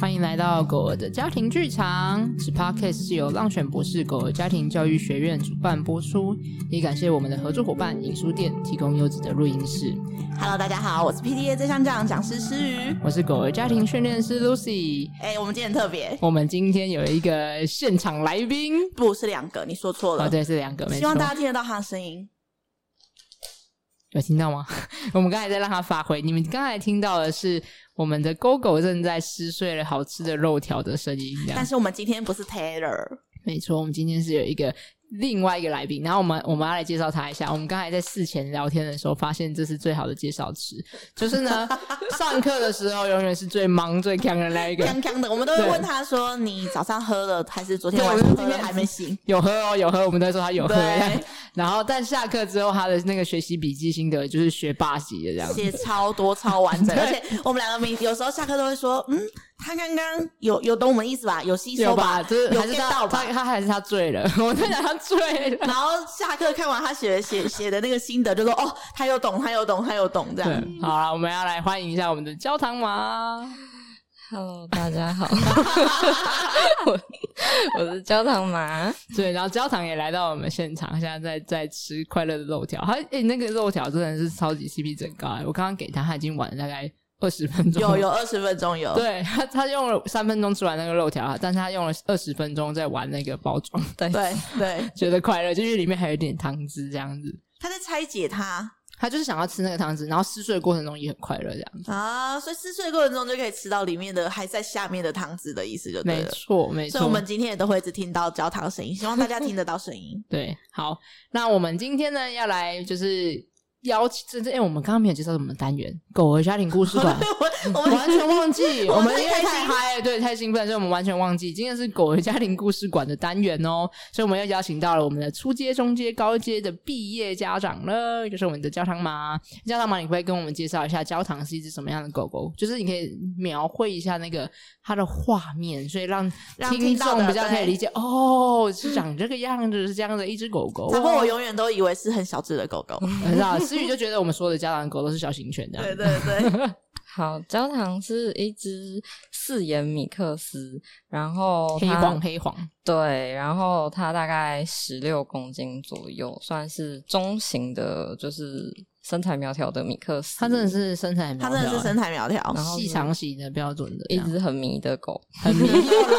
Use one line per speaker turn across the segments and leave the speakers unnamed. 欢迎来到狗儿的家庭剧场。此 podcast 是由浪犬博士狗儿家庭教育学院主办播出，也感谢我们的合作伙伴影书店提供优质的录音室。
Hello，大家好，我是 PDA 真相长讲师诗瑜。
我是狗儿家庭训练师 Lucy。
哎、我们今天很特别，
我们今天有一个现场来宾，
不是两个，你说错了。
哦，对，是两个，没错。
希望大家听得到他的声音。
有听到吗？ 我们刚才在让他发挥，你们刚才听到的是我们的狗狗正在撕碎了好吃的肉条的声音，这样
但是我们今天不是 Taylor，
没错，我们今天是有一个另外一个来宾，然后我们我们要来介绍他一下。我们刚才在事前聊天的时候，发现这是最好的介绍词，就是呢，上课的时候永远是最忙最强的那一个。
锵锵的，我们都会
对
问他说：“你早上喝了还是昨天
对
晚
我
上
们
喝
今
了
天
还没醒
有喝哦，有喝，我们都说他有喝。
对
然后，但下课之后，他的那个学习笔记心得就是学霸级的这？”样。
写超多超完 整，
对
而且我们两个明有时候下课都会说：“嗯，他刚刚有有懂我们意思吧？有吸收
有吧？就是
有
还是
get
他
到吧
他？”他还是他醉了， 我在讲他醉了。
然后下课看完他写写写的那个心得，就说：“哦，他有懂，他有懂，他有懂。”这样。
对，好了，我们要来欢迎一下我们的焦糖麻。
Hello，大家 好，我我是焦糖麻，
对，然后焦糖也来到我们现场，现在在在吃快乐的肉条。他哎、诶那个肉条真的是超级 CP 值很高、啊诶我刚刚给他，他已经玩了大概二十分钟。
有。有二十分钟有，
对他，他用了三分钟吃完那个肉条，啊但是他用了二十分钟在玩那个包装，
对
对对，
觉得快乐，就是里面还有一点汤汁这样子。
他在拆解它
他就是想要吃那个汤汁，然后撕碎的过程中也很快乐，这样子。
啊，所以撕碎的过程中就可以吃到里面的还在下面的汤汁的意思就对
没
了。
错，没错。。
所以我们今天也都会一直听到焦糖声音，希望大家听得到声音
对，好，那我们今天呢要来就是邀请，这这，哎、我们刚刚没有介绍什么单元，狗和家庭故事
我
馆。
我
完
们
全忘 记，我
我
们
们
因为
太
太
开心
嗨了，对，太兴奋，所以我们完全忘记。今天是狗儿家庭故事馆的单元哦，所以我们又邀请到了我们的初阶、中阶、高阶的毕业家长了，就是我们的焦糖妈。焦糖妈，你可不可以跟我们介绍一下焦糖是一只什么样的狗狗？就是你可以描绘一下那个它的画面，所以让
让
听
听到
众
的
比较可以
对
理解。哦，是长这个样子，是这样的一只狗狗。
不过我永远都以为是很小只的狗狗。
你知道，思雨就觉得我们所有的家长狗都是小型犬这样。
对对对，
好，焦糖是一只四眼米克斯，然后
黑
它
黄黑黄，
对，然后它大概十六公斤左右，算是中型的，就是身材苗条的米克斯，
它真的是身材很
它
苗条欸，
真的是身材苗条。
然后
细长型的标准的这
一
样，
只很迷的狗，
嗯
很迷，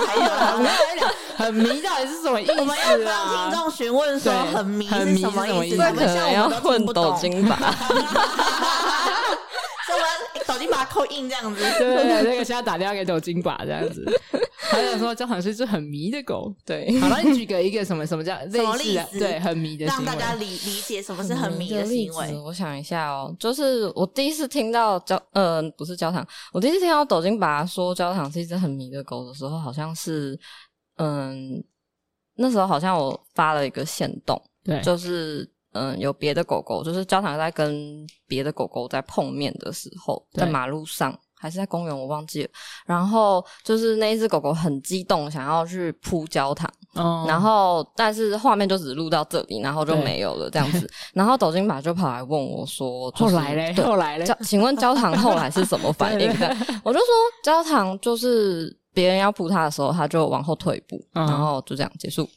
还有啊，
很迷到底是什么意 思、啊？
我们要帮听众询问说
对
很迷
很
是
迷
什
是什么
么
意
意
思
思？
这
我
可
们
能
像
要
啊我们都
混
听不
斗
懂，
金吧。
所以我们抖音把它扣印这样 子。
对对对，那个现在打电话给抖金吧这样子， 还有说焦糖是一只很迷的狗。
对，
好了，那你举个一个 什么什么叫类似
么
的
例子
对很迷的行
让
为，
大家理理解什么是很
很
迷
迷
的行
嗯例子
为。
我想一下哦，就是我第一次听到焦，呃，不是焦糖，我第一次听到抖金爸说焦糖是一只很迷的狗的时候，好像是，嗯，那时候好像我发了一个线动，
对
就是。嗯，有别的狗狗，就是焦糖在跟别的狗狗在碰面的时候，
对
在马路上还是在公园，我忘记了。然后就是那一只狗狗很激动，想要去扑焦糖，
哦
然后但是画面就只录到这里，然后就
对
没有了这样子。然后抖金马就跑来问我说：“就
后
是
来嘞，
对
后来嘞
焦，，请问焦糖后来是什么反 应
对对
的？”我就说：“焦糖就是别人要扑他的时候，他就往后退一步，
嗯
然后就这样结束。”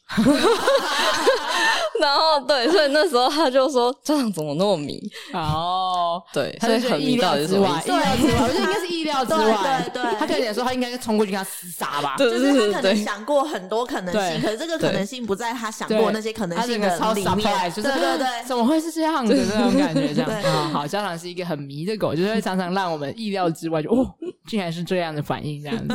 然后对，所以那时候他就说：“焦糖怎么那么迷
哦。？”
对，
他
所
就
以
觉得
很
意
迷
料
到底是
之
什
外，
么意
意
思？
料之外，我觉得应该是意料之外。
对对对
他可能说他应该冲过去跟他厮杀吧，
对
就
对
是
对
他可
对
能想过很多可能
对
性，可是这个可能性不在他想过那些可能
他整
性
个
的
超
里
surprise，
面。
就是
对对 对，
怎么会是这样的那种感觉？这样
对
啊，好，焦糖是一个很迷的狗，就是会常常让我们意料之外，就 哦，竟然是这样的反应，这样子。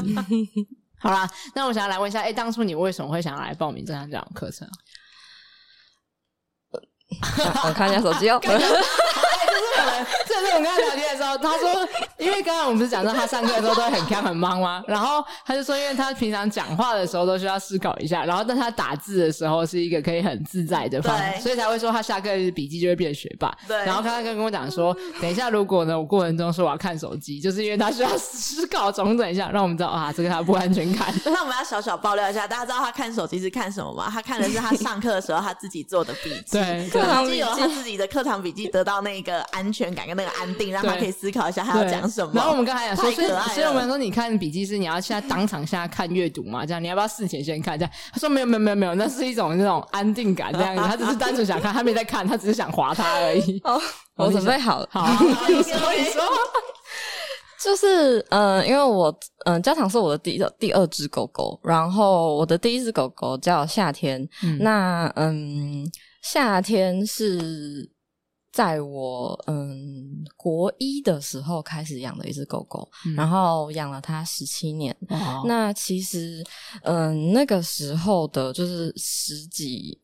好啦，那我想要来问一下，哎、当初你为什么会想要来报名这堂这样的课程啊？
我看一下手 机哦。
这哎是我跟他聊天的时候，他说，因为刚刚我们不是讲到他上课的时候都会很看很忙吗？然后他就说，因为他平常讲话的时候都需要思考一下，然后但他打字的时候是一个可以很自在的方式，
对
所以才会说他下课笔记就会变学霸。
对
然后刚刚跟跟我讲说，等一下如果呢我过程中说我要看手机，就是因为他需要思考重整一下，让我们知道啊这个他不安全 感。
那我们要小小爆料一下，大家知道他看手机是看什么吗？他看的是他上课的时候他自己做的笔记。
对，
课堂
就
笔
有他
记，
自己的课堂笔记得到那个安全全感跟那个安定，让
对
他可以思考一下他要
对
讲什么。
然后我们刚才讲说，
太
所以
可爱了
所以我们说，你看笔记是你要现在当场现在看阅读嘛？这样你要不要事前先看？这样他说没有没有没有没有，那是一种那种安定感，这样他只是单纯想看，他没在看，他只是想划它而已。
哦， 我准备好了。
好，
好
你
你
说
说
你
你
说
说，
就是嗯、呃因为我嗯、呃焦糖是我的第一第二只狗狗，然后我的第一只狗狗叫夏天。
嗯
那嗯，夏天是在我嗯国一的时候开始养的一只狗狗，
嗯
然后养了它十七年。
哇
那其实，嗯，那个时候的就是十几。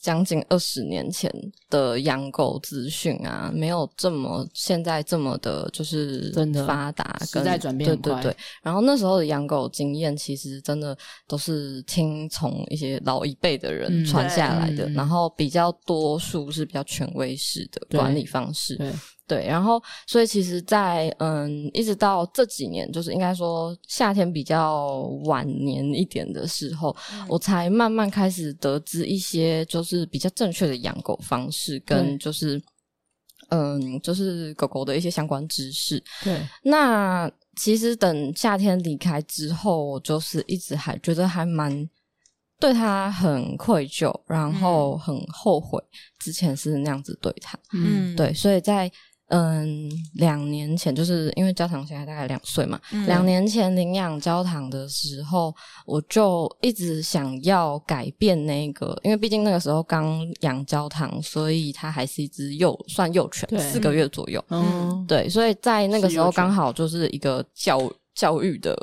将近二十年前的养狗资讯啊，没有这么现在这么的，就是
真的
发达，
时
跟
代转变很
对
快
对对。然后那时候的养狗经验，其实真的都是听从一些老一辈的
嗯
人传下来的，
对嗯
然后比较多数是比较权威式的
对
管理方式。
对，
对，然后所以其实在，嗯，一直到这几年，就是应该说夏天比较晚年一点的时候，我才慢慢开始得知一些就是比较正确的养狗方式，
对
跟就是嗯，就是狗狗的一些相关知识。
对，
那其实等夏天离开之后，我就是一直还觉得还蛮对它很愧疚，然后很后悔之前是那样子对它。
嗯，
对，所以在嗯两年前，就是因为焦糖现在大概两岁嘛，
嗯
两、年前领养焦糖的时候，我就一直想要改变那个，因为毕竟那个时候刚养焦糖，所以它还是一只幼算幼犬
对，
四个月左右。
嗯，
对，所以在那个
是
时
幼
候
犬
刚好就是一个教教育的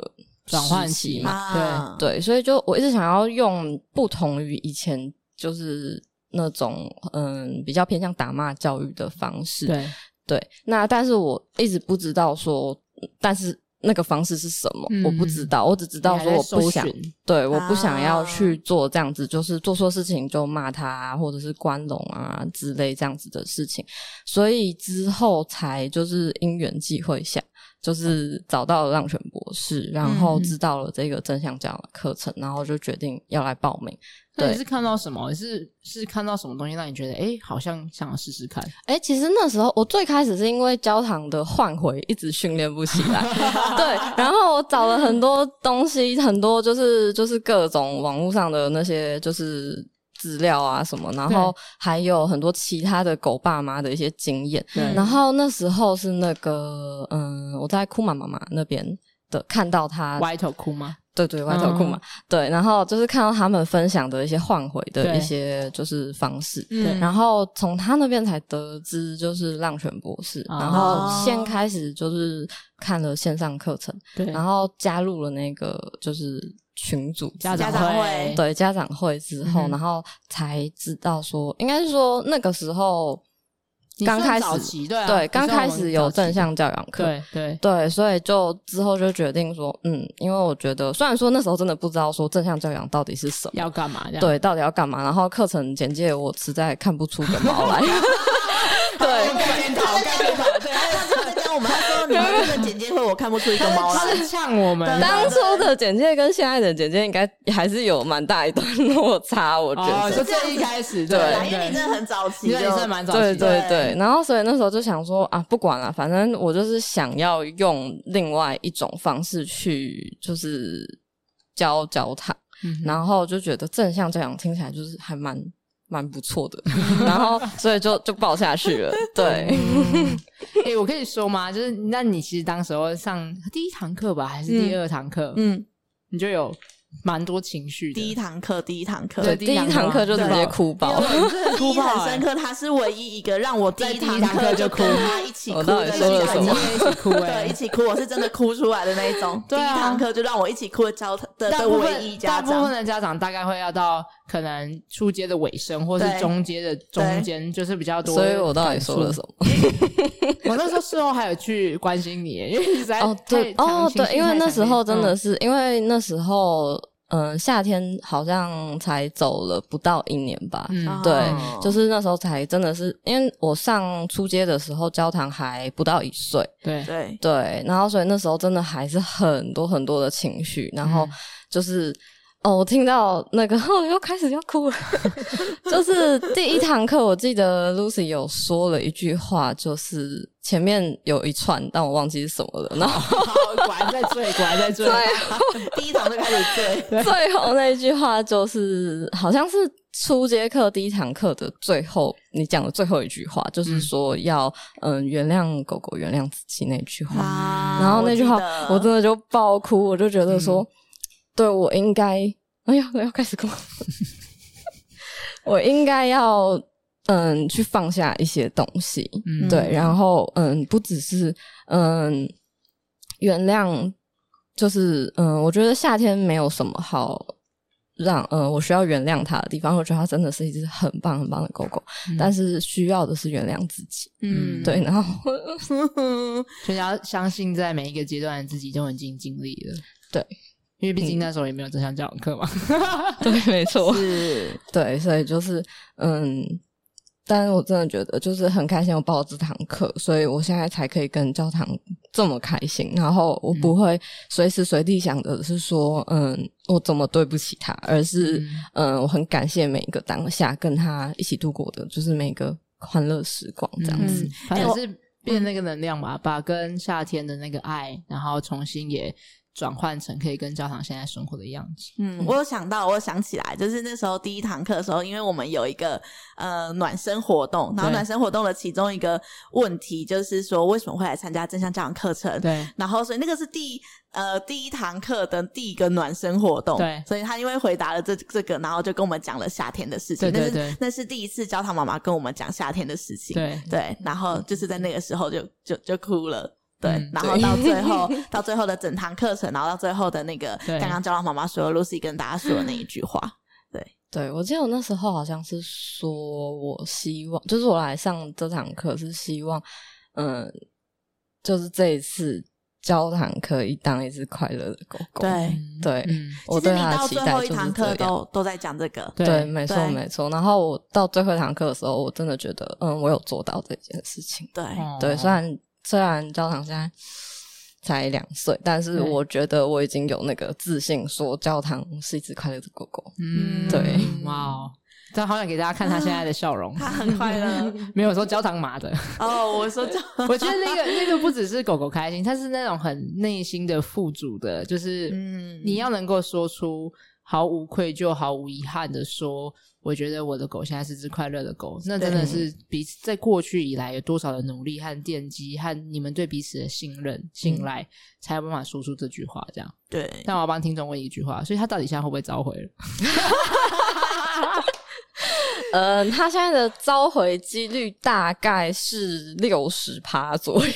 转换
时
期
期嘛，
啊，
对，所以就我一直想要用不同于以前就是那种嗯比较偏向打骂教育的方式，
对，
对那但是我一直不知道说，嗯但是那个方式是什么，
嗯
我不知道，我只知道
你还
说
在
我不
搜
想，
寻
对，我不想要
啊
去做这样子，就是做错事情就骂他、啊，或者是关笼啊之类这样子的事情，所以之后才就是因缘际会下。就是找到了浪犬博士，然后
嗯
知道了这个正向教养的课程，然后就决定要来报名。
那
对
你是看到什么？是是看到什么东西让你觉得，哎，好像想要试试看？
哎、其实那时候我最开始是因为焦糖的换回一直训练不起来，对，然后我找了很多东西，很多就是就是各种网络上的那些就是资料啊什么，然后还有很多其他的狗爸妈的一些经验，
对
然后那时候是那个嗯，我在酷妈妈妈那边的看到他
歪头哭吗？
对对，外头裤嘛，对，然后就是看到他们分享的一些换回的
对
一些就是方式，
嗯
然后从他那边才得知就是浪犬博士，
哦
然后先开始就是看了线上课程，
对，
然后加入了那个就是群组
家
长
会
会，
对家长会之
嗯
后，
哼
然后才知道说，应该是说那个时候
你
刚
算
开始
早期对啊
对
你
刚
算
开
我们
始
早
有
期
正向教养课，
对对
对，所以就之后就决定说，嗯，因为我觉得虽然说那时候真的不知道说正向教养到底是什么，
要干嘛这样？
对，到底要干嘛，然后课程简介我实在看不出个毛来。 对，
该检讨，该检讨。对，他在教我们，他说你们这个简介会我看不出一个毛
哦
啊
他
来。
是呛我们，
对
当初的简介跟现在的简介应该还是有蛮大一段落差，我觉
哦，
得。
就这一开始
对
啊
对，
因为你
对
真的很早期
你
就，
算你算蛮早期
对
的，
对
对
对，然后所以那时候就想说啊，不管了，反正我就是想要用另外一种方式去，就是教教他。
嗯
然后就觉得正向教养听起来就是还蛮蛮不错的，然后所以就就报下去了。 对，
哎、我可以说吗？就是那你其实当时候上第一堂课吧，还是第二堂课，
嗯，
你就有蛮多情绪的。
第一堂课，第一堂课，
对
对，第一堂课就直接哭爆。
你真的
第
哭
一
爆、
很
欸
深，刻，他是唯一一个让我第
在第一
堂
堂课
课
就
就
哭
跟他一起哭
我到
的
底
那
说了
个
什么
我
小孩
也一起哭哎、
对，一起哭，我是真的哭出来的那一种。
对啊
第一堂课就让我一起哭的教的
大
的
部
唯一
分大
家
部分
长，
的家长大概会要到可能初阶的尾声，或是
对
中阶的中间，就是比较多。
所以我到底说了什
么？
么？
我那时候事后还有去关心你，因为你实在
哦，对，
太
哦，对，因为那时候真的
是、
是，因为那时候，嗯、夏天好像才走了不到一年吧。
嗯
哦
对，就是那时候才真的是，因为我上初阶的时候，焦糖还不到一岁，
对
对，
对，然后所以那时候真的还是很多很多的情绪，然后
嗯
就是、哦，我听到那个， 我又开始要哭了。 就是第一堂课，我记得 Lucy 有说了一句话，就是前面有一串，但我忘记是什么了。然后
好，果然在醉，果然在醉。
第一堂就开始醉，
最后那一句话就是，好像是初阶课第一堂课的最后，你讲的最后一句话，就是说要嗯、原谅狗狗，原谅自己那句话。
啊
然后那句话
记得
我真的就爆哭，我就觉得说，
嗯
对我应该，哎呀，我要开始 哭，我应该要嗯去放下一些东西，
嗯
对，然后嗯不只是嗯原谅，就是嗯我觉得夏天没有什么好。让嗯，我需要原谅它的地方，我觉得它真的是一只很棒很棒的狗狗，
嗯
但是需要的是原谅自己。
嗯
对，然后
所以要相信，在每一个阶段的自己都已经经历了。
对，
因为毕竟那时候也没有正向教养课嘛。
对，没错，
是
对，所以就是嗯，但是我真的觉得就是很开心，我报了这堂课，所以我现在才可以跟教堂这么开心。然后我不会随时随地想着是说，嗯，我怎么对不起他，而 是嗯我很感谢每一个当下跟他一起度过的，就是每个欢乐时光这样子。
嗯，反正是变那个能量吧，把跟夏天的那个爱，然后重新也转换成可以跟教堂现在生活的样子。
嗯，我有想到，我有想起来，就是那时候第一堂课的时候，因为我们有一个呃暖身活动，然后
对
暖身活动的其中一个问题就是说，为什么会来参加正向教养课程？
对，
然后所以那个是第呃第一堂课的第一个暖身活动，
对
所以他因为回答了这这个，然后就跟我们讲了夏天的事情，
对对对
那是那是第一次教堂妈妈跟我们讲夏天的事情，
对
然后就是在那个时候就就就哭了。对，
嗯
然后
对
到最后，到最后的整堂课程，然后到最后的那个
对
刚刚教堂妈妈说 Lucy 跟大家说的那一句话，
对，我记得我那时候好像是说，我希望就是我来上这堂课是希望，嗯，就是这一次教堂可以当一只快乐的狗狗。
对，
嗯
对
嗯
我
其
对
实你
它
到
的期
最
待
后一
就
堂
是
课
这样。
都都在讲这个，
对，
对
没错
对
没错。然后我到最后一堂课的时候，我真的觉得，嗯，我有做到这件事情。
对，
哎
哦
对，
哦
虽然虽然焦糖现在才两岁，但是
对
我觉得我已经有那个自信，说焦糖是一只快乐的狗狗。
嗯，
对
哇哦，但好想给大家看他现在的笑容。
他很快乐。
没有说焦糖麻的，
哦，我说这，
我觉得那个那个不只是狗狗开心，它是那种很内心的富足的，就是
嗯
你要能够说出毫无愧疚、毫无遗憾的说，我觉得我的狗现在是只快乐的狗，那真的是彼此在过去以来有多少的努力和奠基，和你们对彼此的信任、信赖，才有办法说出这句话。这样，
对，
但我要帮听众问一句话，所以他到底现在会不会召回了？
嗯， 他现在的召回几率大概是六十趴左右，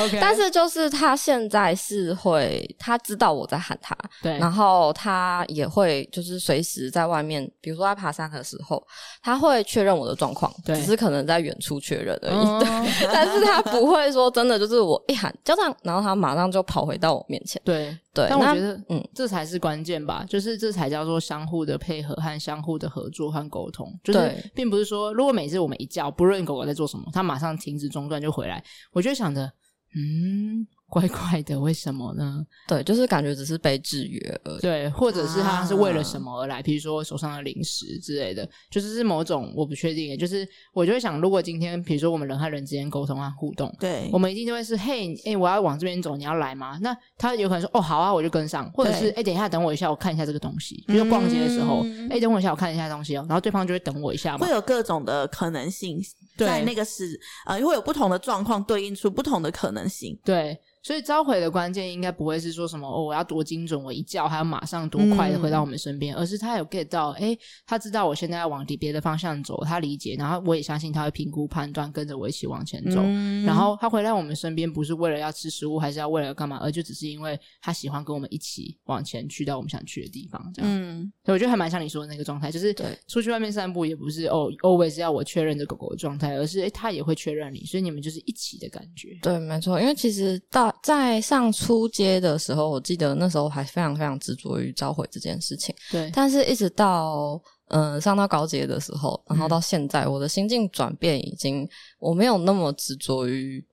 OK，
但是就是他现在是会，他知道我在喊他，
对，
然后他也会就是随时在外面，比如说在爬山的时候，他会确认我的状况，
对
只是可能在远处确认而已。
嗯
但是他不会说真的，就是我一喊家长，然后他马上就跑回到我面前。
对，
对，
但我
那
觉得，嗯
嗯，
这才是关键吧，就是这才叫做相互的配合和相互的合作和沟通。就是
对
并不是说，如果每次我们一叫，不论狗狗在做什么，它马上停止中断就回来，我就会想着，嗯，怪怪的，为什么呢？
对，就是感觉只是被制约而已。
对，或者是它
啊
是为了什么而来，比如说手上的零食之类的，就是是某种我不确定，欸就是我就会想，如果今天比如说我们人和人之间沟通和互动，
对
我，们一定就会是嘿，哎、我要往这边走，你要来吗？那他有可能说哦，好啊，我就跟上，或者是
对
哎、诶等一下，等我一下，我看一下这个东西。比如说逛街的时候，哎、
嗯
等我一下，我看一下东西哦，然后对方就会等我一下嘛
会。有各种的可能性，
对
在那个时呃，会有不同的状况对应出不同的可能性。
对，所以召回的关键应该不会是说什么哦，我要多精准，我一叫还要马上多快的回到我们身
嗯
边，而是他有 get 到，哎、他知道我现在要往别的方向走，他理解，然后我也相信他会评估判断，跟着我一起往前走。
嗯
然后他回来我们身边，不是为了要吃食物，还是要为了干嘛，而就只是因为他喜欢跟我们一起往前去到我们想去的地方，这样。
嗯，
所以我觉得还蛮像你说的那个状态，就是
对
出去外面散步也不是哦，always 要我确认这狗狗的状态，而是诶他也会确认你，所以你们就是一起的感觉。
对，没错，因为其实到在上初阶的时候，我记得那时候还非常非常执着于召回这件事情，
对，
但是一直到嗯、呃上到高阶的时候，然后到现在，我的心境转变已经我没有那么执着于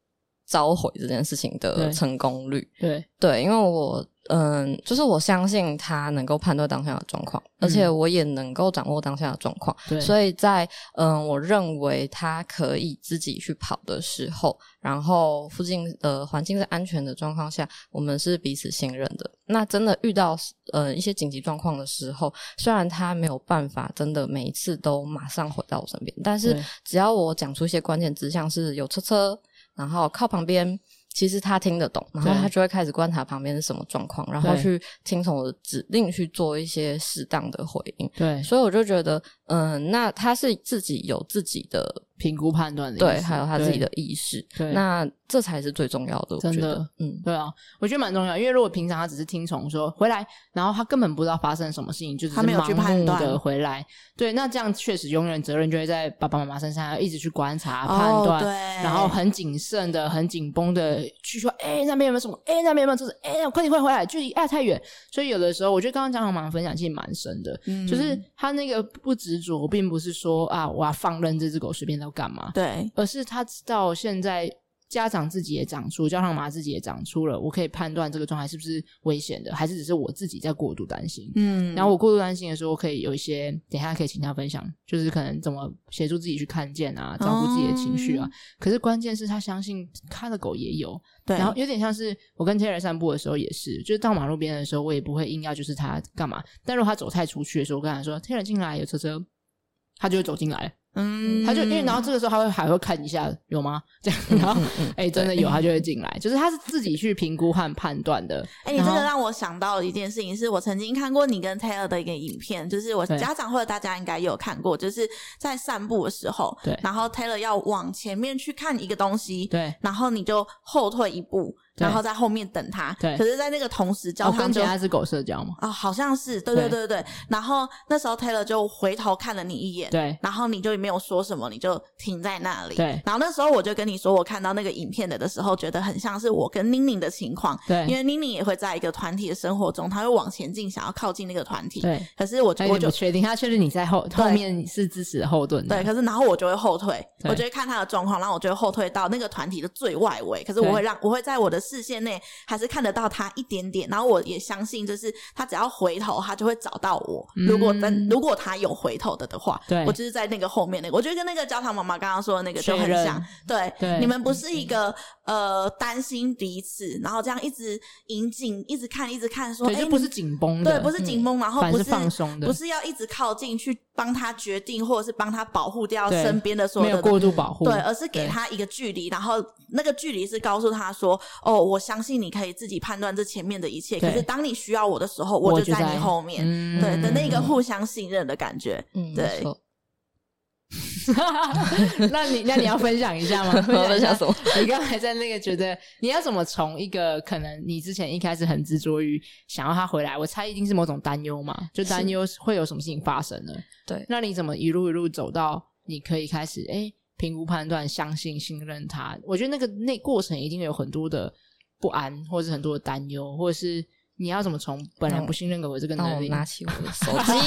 召回这件事情的
对
成功率。
对，
对，因为我嗯，就是我相信他能够判断当下的状况，而且我也能够掌握当下的状况，
对
所以在嗯，我认为他可以自己去跑的时候，然后附近的呃环境是安全的状况下，我们是彼此信任的。那真的遇到呃一些紧急状况的时候，虽然他没有办法真的每一次都马上回到我身边，但是
对
只要我讲出一些关键字，像是有车车，然后靠旁边，其实他听得懂，然后
对
他就会开始观察旁边是什么状况，然后
对
去听从我的指令去做一些适当的回应。
对，
所以我就觉得，嗯，那他是自己有自己的
评估判断的意思，
对，还有他自己
对
的意识，
对
那这才是最重要的。我
真
觉
的
得，嗯，
对啊，我觉得蛮重要，因为如果平常他只是听从说回来，然后他根本不知道发生什么事情，就只是
他没有去判断
的回来，对，那这样确实永远责任就会在爸爸妈妈身上，要一直去观察、判
哦、
断，
对，
然后很谨慎的、很紧绷的去说，哎、那边有没有什么？哎、那边有没有车子？哎、快点快点回来，距离哎太远。所以有的时候，我觉得刚刚张航芒分享其实蛮深的，
嗯
就是他那个不执着，并不是说啊，我要放任这只狗随便要干嘛，
对
而是他知道现在家长自己也长出，教堂妈自己也长出了，我可以判断这个状态是不是危险的，还是只是我自己在过度担心。
嗯，
然后我过度担心的时候，我可以有一些，等一下可以请他分享，就是可能怎么协助自己去看见啊，照顾自己的情绪啊。
哦
可是关键是他相信他的狗也有，
对，
然后有点像是我跟 Terry 散步的时候也是，就是到马路边的时候，我也不会硬要就是他干嘛。但如果他走太出去的时候，我跟他说 Terry 进来有车车，他就会走进来了。
嗯，
他就因为然后这个时候他会还会看一下有吗？ 这样，然后哎、真的有，他就会进来，就是他是自己去评估和判断的。
哎、你这
然
个
后
让我想到了一件事情，是我曾经看过你跟 Taylor 的一个影片，就是我
对
家长或者大家应该也有看过，就是在散步的时候，
对
然后 Taylor 要往前面去看一个东西，
对，
然后你就后退一步，
对
然后在后面等他，
对
可是，在那个同时，教
哦，
堂
跟其
就。
他只狗社交嘛，
啊、好像是，对对
对
对对对。然后那时候 Taylor 就回头看了你一眼，
对
然后你就没有说什么，你就停在那里。
对
然后那时候我就跟你说，我看到那个影片的的时候，觉得很像是我跟宁宁的情况，
对，
因为宁宁也会在一个团体的生活中，她会往前进，想要靠近那个团体。
对，
可是我
他有
我
点
就
不确定，他确实你在后后面是支持后盾的，
对，可是然后我就会后退，
对
我就会看她的状况，然后我就会后退到那个团体的最外围。可是
对
我会让我会在我的视线内还是看得到她一点点，然后我也相信，就是她只要回头，她就会找到我。
嗯
如果真如果她有回头的的话，
对
我就是在那个后面那个，我觉得跟那个焦糖妈妈刚刚说的那个就
确
很
认
像。对，
对
你们不是一个呃担心彼此，然后这样一直引进，一直看，一直看说，
对，
哎，
就不
你
是紧绷的，嗯
对，不是紧绷，然后
反
不
而是放松的
不是要一直靠近去帮他决定，或者是帮他保护掉
对
身边的
嗯
所
没有
的东
过
西。
度保护，
对，而是给
对
他一个距离，然后那个距离是告诉他说：“哦，我相信你可以自己判断这前面的一切。可
对
是当你需要我的时候，
我
我
就
就
在
在你后面。
嗯
对的那个互相信任的感 觉。
嗯，
对
没错
那你那你要分享一下 吗？
我分享
一下
什么？
你刚才在那个觉得你要怎么从一个可能你之前一开始很执着于想要他回来，我猜一定是某种担忧嘛，就担忧会有什么事情发生呢？
对
那你怎么一路一路走到你可以开始哎评估判断、相信、信任他？我觉得那个那过程一定有很多的不安，或者是很多的担忧，或者是你要怎么从本来不信任狗的这个
让我
能力，
拿起我 的手机。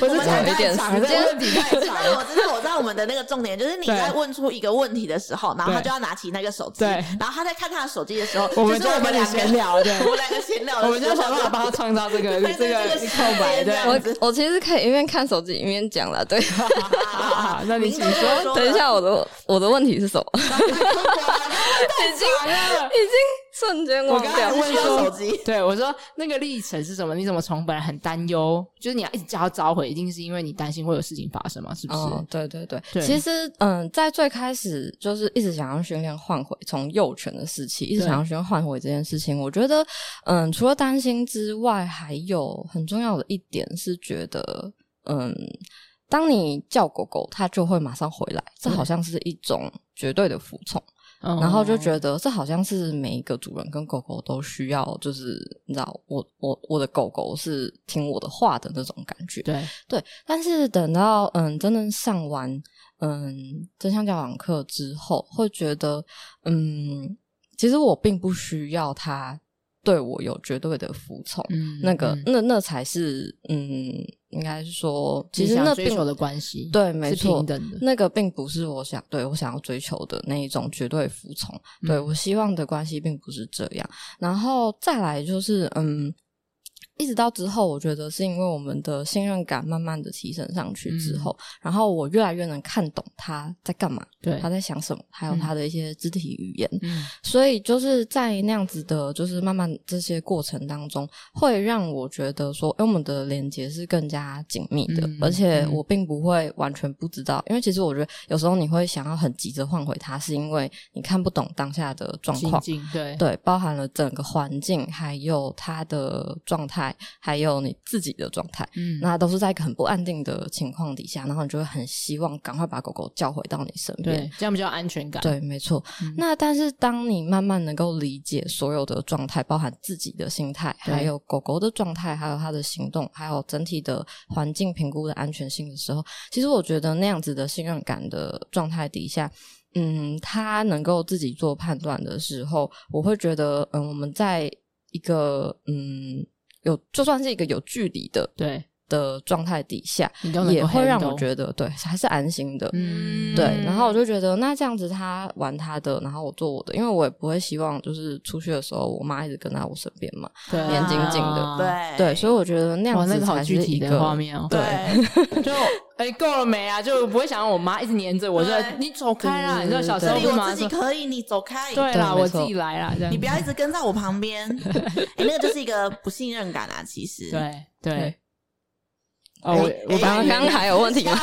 我是
我们
讲
有一
太
点
长
时
了这
间
个 问题太
我知
长
道，
了，
我知道，我知道我们的那个重点就是你
对
在问出一个问题的时候，然后他
对
就要拿起那个手机，
对
然后他在看他的手机的时候，
我们
就是我
就
们
跟你
两个
闲聊 对
我们两个闲聊的时
我
候，
们就想办法帮他创造这 个
对
这
对
个
这个
空白，
时间这
对
样。
我我其实可以一面看手机一面讲啦，对。
好那你
您
请
都
说
了
等一，下，我的我的问题是什 么？已经
了
已经瞬间
我
忘
刚才
掉。
问
需要手
说，
机
对我说那个历程是什么？你怎么从本来很担忧，就是你要一直叫他召回，一定是因为你担心会有事情发生嘛？是不是？
哦，对对对，
对
其实嗯，在最开始就是一直想要训练换回从幼犬的时期，一直
对
想要训练换回这件事情，我觉得嗯，除了担心之外，还有很重要的一点是觉得嗯。当你叫狗狗，它就会马上回来，这
对
好像是一种绝对的服从，
嗯
然后就觉得这好像是每一个主人跟狗狗都需要，就是你知道，我我我的狗狗是听我的话的那种感觉。
对
对，但是等到嗯真正上完嗯真相教养课之后，会觉得嗯，其实我并不需要他对我有绝对的服从，
嗯
那个、
嗯
那那才是嗯应该是说，其
你
实
想
那
追
并
求的关系，
对，没
是
错
平，等的。
那个并不是我想对我想要追求的那一种绝对服从。对
嗯
我希望的关系并不是这样。然后再来就是，嗯，一直到之后，我觉得是因为我们的信任感慢慢的提升上去之
嗯
后，然后我越来越能看懂他在干嘛，
对
他在想什么，还有
嗯
他的一些肢体语言。
嗯，
所以就是在那样子的，就是慢慢这些过程当中，会让我觉得说，哎、我们的连接是更加紧密的，
嗯
而且
嗯
我并不会完全不知道，因为其实我觉得有时候你会想要很急着换回它，是因为你看不懂当下的状
情
况。
境对
对，包含了整个环境，还有他的状态，还有你自己的状态，
嗯
那都是在一个很不安定的情况底下，然后你就会很希望赶快把狗狗叫回到你身边
对，，这样比较安全感。
对，没错。
嗯
那但是当你慢慢能够理解所有的状态，包含自己的心态，
对
还有狗狗的状态，还有它的行动，还有整体的环境评估的安全性的时候，其实我觉得那样子的信任感的状态底下。嗯，它能够自己做判断的时候，我会觉得，嗯，我们在一个嗯有就算是一个有距离的
对，
的状态底下，
你都能
也
够
会让
handle
我觉得对还是安心的。
嗯，
对，然后我就觉得那这样子他玩他的，然后我做我的，因为我也不会希望就是出去的时候我妈一直跟在我身边嘛。
对
黏紧紧
啊
对
对，所以我觉得那
哇，
样
那
子
个好
才是
具体
一
的
个
画。面哦。
对，
就哎够了没啊？就不会想让我妈一直黏着我，就
对
你走开啦！
对
你知道小时
这
候
里
不是妈
我自己
说
可以，你走开。
对啦，
对没
我
错
自己来啦，这样
你不要一直跟在我 旁边，哎，那个就是一个不信任感啊。其实，
对对
对。
哦，我
哎
我
哎
刚
刚
刚
刚还有问题吗？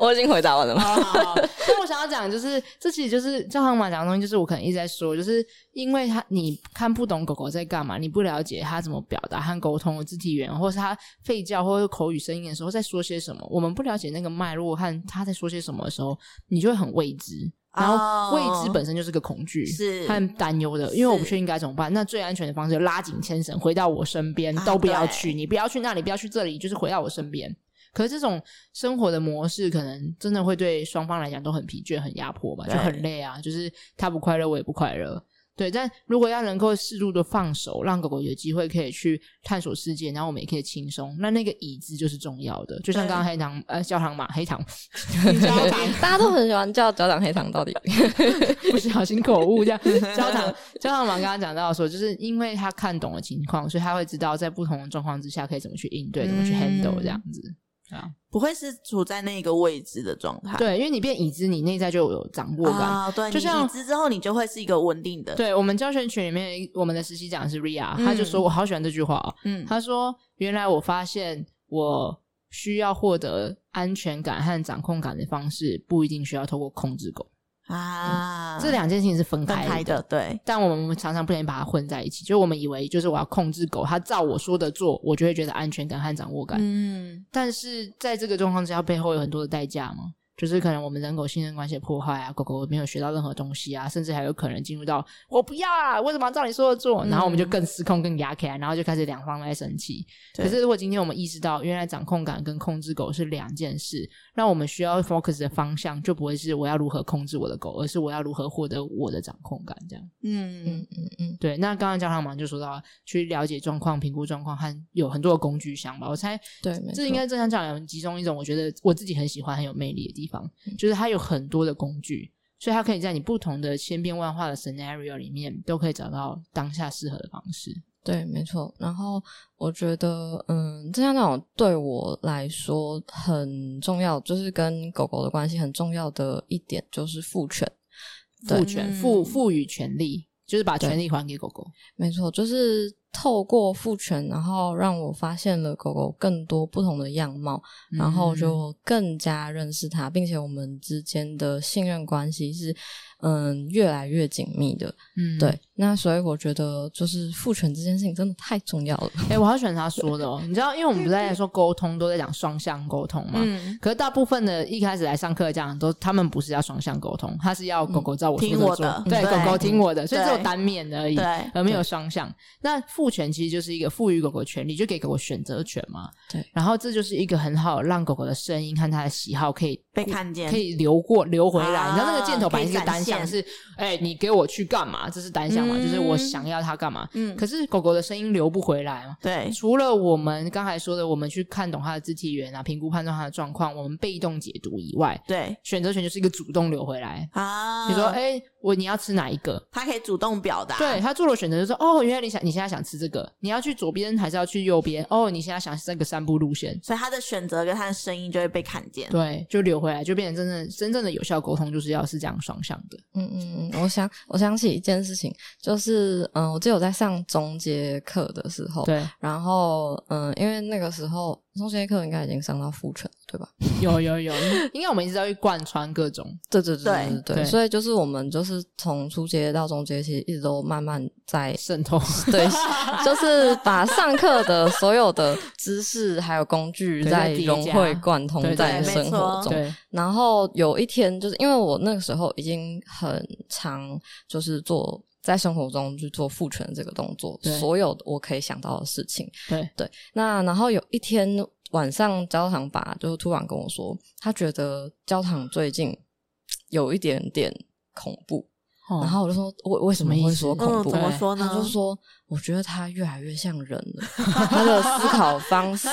我已经回答完了吗？
好好
哦
好，所以我想要讲，就是这其实就是教堂马讲的东西，就是我可能一直在说，就是因为他你看不懂狗狗在干嘛，你不了解它怎么表达和沟通肢体语言，或是它吠叫或者口语声音的时候在说些什么，我们不了解那个脉络和它在说些什么的时候，你就会很未知。然后未知本身就是个恐惧，
哦是
和担忧的，因为我不
是
确定该怎么办。那最安全的方式，拉紧牵绳，回到我身边，
啊
都不要
对
去，你不要去那里，不要去这里，就是回到我身边。可是这种生活的模式，可能真的会对双方来讲都很疲倦、很压迫吧，就
对
很累啊。就是他不快乐，我也不快乐。对，但如果要能够适度的放手，让狗狗有机会可以去探索世界，然后我们也可以轻松，那那个椅子就是重要的。就像刚刚黑糖呃焦糖马黑糖焦糖
大家都很喜欢叫脚掌黑糖，到底
不小心口误 这样。焦糖焦糖王刚刚讲到说，就是因为他看懂了情况，所以他会知道在不同的状况之下可以怎么去应对，怎
嗯
么去 handle 这样子。
不会是处在那个未知的状态。
对，因为你变已知，你内在就有掌握感。
啊，对，
就
你
像
已知之后，你就会是一个稳定的。，
对我们教学群里面，我们的实习讲师 Ria，、
嗯
他就说我好喜欢这句话哦。
嗯，
他说：“原来我发现我需要获得安全感和掌控感的方式，不一定需要透过控制狗。
啊，
这两件事情是分
分
开
开的，对，
但我们常常不小心把它混在一起，就我们以为就是我要控制狗，它照我说的做，我就会觉得安全感和掌握感。
嗯，
但是在这个状况之下，背后有很多的代价嘛，就是可能我们人狗信任关系的破坏啊，狗狗没有学到任何东西啊，甚至还有可能进入到我不要啊，为什么要照你说的做？
嗯
然后我们就更失控、更压起来，然后就开始两方都在生气。
对
可是如果今天我们意识到，原来掌控感跟控制狗是两件事，那我们需要 focus 的方向就不会是我要如何控制我的狗，而是我要如何获得我的掌控感这样。
嗯，
对，那刚刚焦糖忙就说到去了解状况、评估状况，和有很多的工具箱吧。我猜
对没
这
错
应该正常讲有其中一种，我觉得我自己很喜欢、很有魅力的地方，
嗯
就是它有很多的工具，所以它可以在你不同的千变万化的 scenario 里面，都可以找到当下适合的方式。
对，没错。然后我觉得，嗯，正像那种对我来说很重要，就是跟狗狗的关系很重要的一点就是赋权。对
赋权、赋赋予权利，就是把权利还给狗狗。
没错，就是透过赋权，然后让我发现了狗狗更多不同的样貌，然
嗯
后就更加认识它，并且我们之间的信任关系是嗯越来越紧密的。
嗯，
对，那所以我觉得就是赋权这件事情真的太重要了。
哎、我好喜欢他说的哦，你知道，因为我们不是在说沟通，都在讲双向沟通嘛。
嗯，
可是大部分的一开始来上课的家长都，他们不是要双向沟通，他是要狗狗照我说
嗯听
的
我
做，
的
对，
对
狗狗听我的，所以只有
对
单面的而已，
对，
而没有双向。那赋权其实就是一个赋予狗狗权利，就给狗狗选择权嘛。
对
然后这就是一个很好让狗狗的声音和它的喜好可以
被看见
可，以流过流回来。
啊
你知道那个箭头本来是一个单向
见
是，哎、你给我去干嘛？这是单向嘛，就是我
嗯
想要它干嘛。
嗯，
可是狗狗的声音留不回来嘛。
对，
除了我们刚才说的，我们去看懂它的肢体语言啊，评估判断它的状况，我们被动解读以外，
对
选择权就是一个主动留回来。
啊，
你说，哎、我你要吃哪一个？
他可以主动表达，
对他做了选择，就说哦，原来你想你现在想吃这个，你要去左边还是要去右边？哦，你现在想这个散步路线，
所以他的选择跟他的声音就会被看见。
对，就留回来，就变成真正真正的有效沟通，就是要是这样双向的。
嗯嗯嗯，我想我想起一件事情，就是嗯、呃我记得我在上中阶课的时候，
对，
然后嗯、呃因为那个时候中阶课应该已经上到父权了，对吧？
有有 有，应该我们一直在贯穿各种，
对对对对对
对
对，所以就是我们就是从初阶到中阶，其实一直都慢慢 在
渗透，
对，就是把上课的所有的知识还有工具
对在
再
叠
融
加
会贯通
对
在
对没
生活
错
中。
对
然后有一天，就是因为我那个时候已经很常就是做在生活中去做父权这个动作，
对
所有我可以想到的事情。
对
对，那然后有一天晚上，焦糖爸就突然跟我说，他觉得焦糖最近有一点点恐怖。
哦
然后我就说，我为什么
什么
会
意思
说恐
嗯，
怖？
怎么说呢？
他就说：“我觉得他越来越像人了，他的思考方 式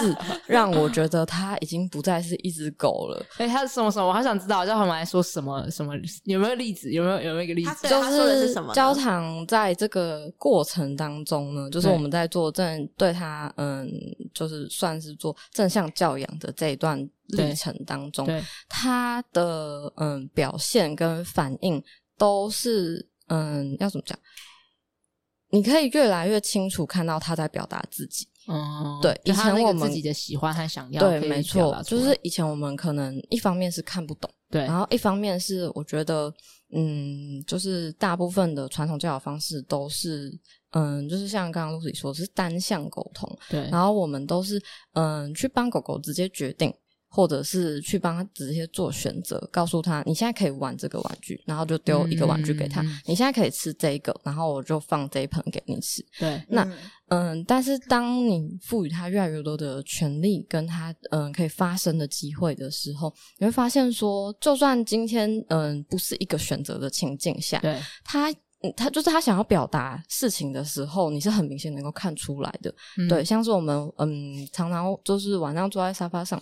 让我觉得他已经不再是一只狗了。
哎、他是什么什么？我好想知道，叫他们来说什么什么？有没有例子？有没有有没有一个例
他
子？
对
就
他说的是什么呢？
焦糖在这个过程当中呢，就是
对
我们在做正对他，嗯，就是算是做正向教养的这一段
对
历程当中，
对
他的嗯表现跟反应都是嗯要怎么讲？你可以越来越清楚看到他在表达自己。
嗯，
对
就他
以前
那个
我们
自己的喜欢和想要，
对，
可以
没
表
错
达，出
就
来
是以前我们可能一方面是看不懂，
对，
然后一方面是我觉得，嗯，就是大部分的传统教导方式都是，嗯，就是像刚刚露西说，是单向沟通，
对，
然后我们都是，嗯，去帮狗狗直接决定。或者是去帮他直接做选择，告诉他你现在可以玩这个玩具，然后就丢一个玩具给他；
嗯嗯嗯
你现在可以吃这个，然后我就放这一盆给你吃。
对
那
嗯
嗯，但是当你赋予他越来越多的权利，跟他嗯可以发声的机会的时候，你会发现说，就算今天嗯不是一个选择的情境下，
对
他嗯他就是他想要表达事情的时候，你是很明显能够看出来的。
嗯
对，像是我们嗯常常就是晚上坐在沙发上。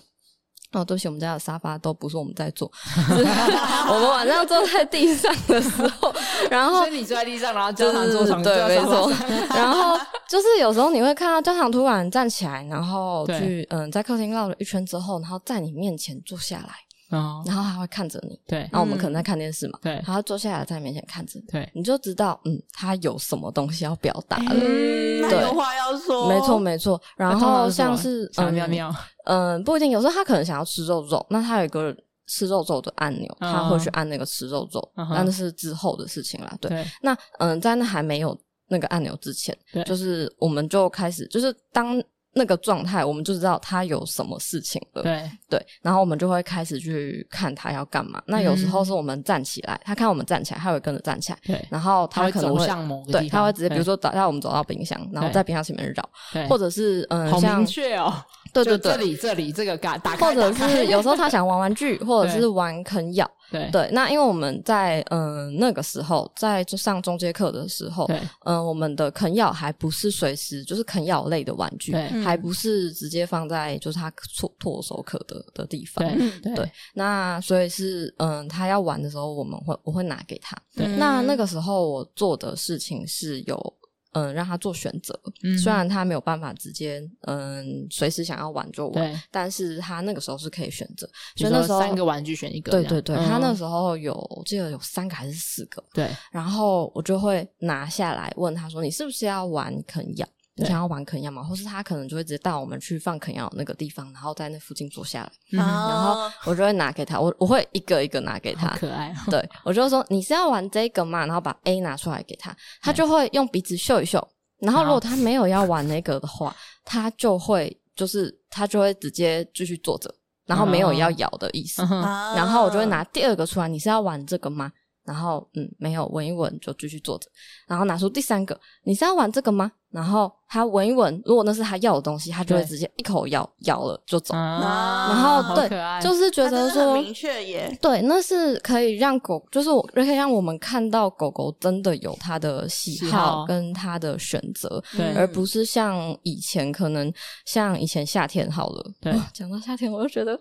哦，对不起，我们家的沙发都不是我们在坐，是 我们晚上坐在地上的时候，然后
所以你坐在地上，然后
就
教堂
是
坐床，
对，
教
没
堂
错
上。
然后就是有时候你会看到教堂突然站起来，然后
对
去嗯在客厅绕了一圈之后，然后在你面前坐下来，
哦，
然后他会看着你。
对
然后我们可能在看电视嘛，
嗯对
然后坐下来在你面前看着你，
对，
你就知道嗯他有什么东西要表达了。
嗯，他
对
有话要说，
没错，没错。然
哎那通常
后
是什么
像是
想
嗯
尿尿，
嗯，不一定，有时候他可能想要吃肉肉，那他有一个吃肉肉的按钮，
嗯
他会去按那个吃肉肉，
嗯哼
但那是之后的事情啦。对，
对
那嗯，在那还没有那个按钮之前
对，
就是我们就开始，就是当那个状态，我们就知道他有什么事情了。
对
对然后我们就会开始去看他要干嘛。那有时候是我们站起来，他看我们站起来，他会跟着站起来，
嗯对，
然后
他会
可能
走
会。
向某个
对，
地
他
方
会直接，比如
对
说，带我们走到冰箱，然后
对
在冰箱前面绕，
对
或者是嗯，
好
像
明确哦，
对对
就
对
这，里这里这个打打
或
开，
者
打开
是有时候他想玩玩具，或者
对
是玩啃咬。
对
对，那因为我们在嗯、呃那个时候，在就上中阶课的时候，
对
嗯、我们的啃咬还不是随时就是啃咬类的玩具
对，
嗯
还不是直接放在就是他唾唾手可得的地方。
对对
对那所以是嗯、他要玩的时候，我们会我会拿给他。
嗯
对
那那个时候我做的事情是有。嗯，让他做选择，
嗯
虽然他没有办法直接嗯随时想要玩就玩，
对，
但是他那个时候是可以选择，
比
所
如
以那
说
时候
三个玩具选一个这
对
样，
对对，
嗯
他那时候有我记得有三个还是四个，
对
然后我就会拿下来问他说：“你是不是要玩啃咬？你
对
想要玩啃咬吗？”或是他可能就会直接带我们去放啃咬那个地方，然后在那附近坐下来，
嗯
啊
然后我就会拿给他，我我会一个一个拿给
好
他。
可爱哦，
对，我就说你是要玩这个嘛，然后把 A 拿出来给他，他
嗯
就会用鼻子嗅一嗅。然后如果他没有要玩那个的话， 他就会就是他就会直接继续坐着，然后没有要咬的意思。
哦嗯哼
啊
然后我就会拿第二个出来，你是要玩这个吗？然后嗯，没有，闻一闻就继续坐着。然后拿出第三个，你是要玩这个吗？然后他闻一闻，如果那是他要的东西，他就会
对
直接一口咬咬了就走。
啊
然后
好
对
可爱，
就是觉
它真
得
的
说
很明确耶，
对，那是可以让狗，就是我可以让我们看到狗狗真的有它的喜
喜好嗯
好跟它的选择，
对
而不是像以前可能像以前夏天好了。
对
哇讲到夏天，我就 觉得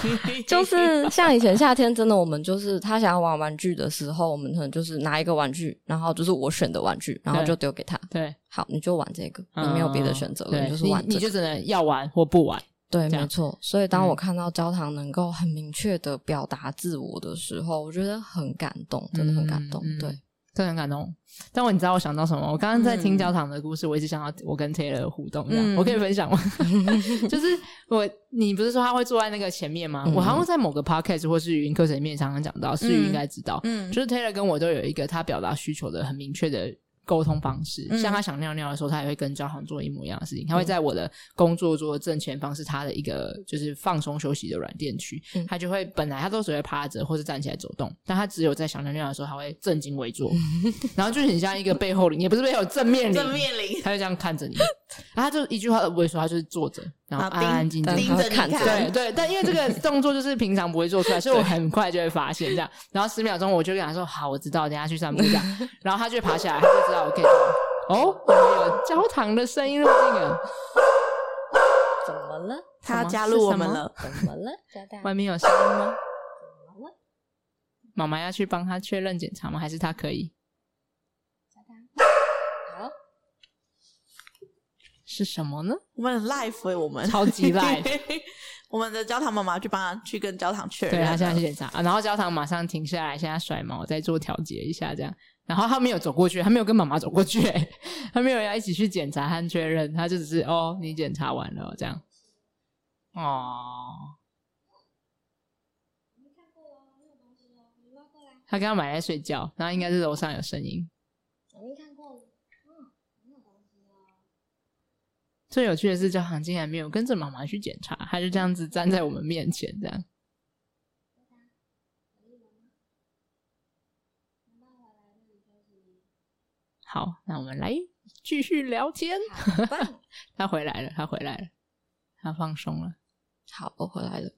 就是像以前夏天，真的我们就是他想要玩玩具的时候，我们可能就是拿一个玩具，然后就是我选的玩具，然后就丢给他。
对，嗯
好，你就玩这个，你没有别的选择了，
对
你就是
你
玩这
你就
个。
只能要玩或不玩。
对，
这样
没错。所以当我
嗯
看到焦糖能够很明确的表达自我的时候，我觉得很感动，真的很感动。
嗯嗯
对，
真的很感动。但我你知道我想到什么？我刚刚在听
嗯
焦糖的故事，我一直想到我跟 Taylor 的互动，这样、
嗯
我可以分 享吗？就是我，你不是说他会坐在那个前面吗？
嗯
我好像在某个 podcast 或是语音课程里面常常讲到，思雨应该知道，
嗯
就是 Taylor 跟我都有一个他表达需求的很明确的。沟通方式，
嗯
像他想尿尿的时候，他也会跟焦糖做一模一样的事情。他会在我的工作桌正前方是他的一个就是放松休息的软垫区，
嗯
他就会本来他都只会趴着或是站起来走动，但他只有在想尿尿的时候，他会正襟危坐， 然后就很像一个背后灵，也不是背后正面
嗯正
灵，
面临
他就这样看着你，然后他就一句话都不会说，他就是坐着，然后
啊
安安静静
盯
盯着你
看着
对
看，
对，但因为这个动作就是平常不会做出来，所以我很快就会发现这样。然后十秒钟我就跟他说：“好，我知道，等一下去散步这样。” 然后他就会爬起来，他就知道我可以动了。哦，我们有焦糖的声音录进了，
怎么了？
他
什
要
么
加
是
入我
什
们
么
了，
怎么了？ 加大
外面有声音吗？妈妈要去帮他确认检查吗？还是他可以？
好，
是什么呢？
我们很 life 耶我们
超 级 live
我们的焦糖妈妈去帮他去跟焦糖确认
对
了，
他现在去检查、啊然后焦糖马上停下来，现在甩毛，再做调节一下这样。然后他没有走过去，他没有跟妈妈走过去、 欸他没有要一起去检查和确认，他就只是哦，你检查完了这样。哦，他刚刚买来睡觉，然后应该是楼上有声音。
我没看过。哦
最有趣的是，焦糖竟然没有跟着妈妈去检查，他就这样子站在我们面前这样。好，那我们来继续聊天。
好棒！
他回来了，他回来了，他放松了。
好，我回来了。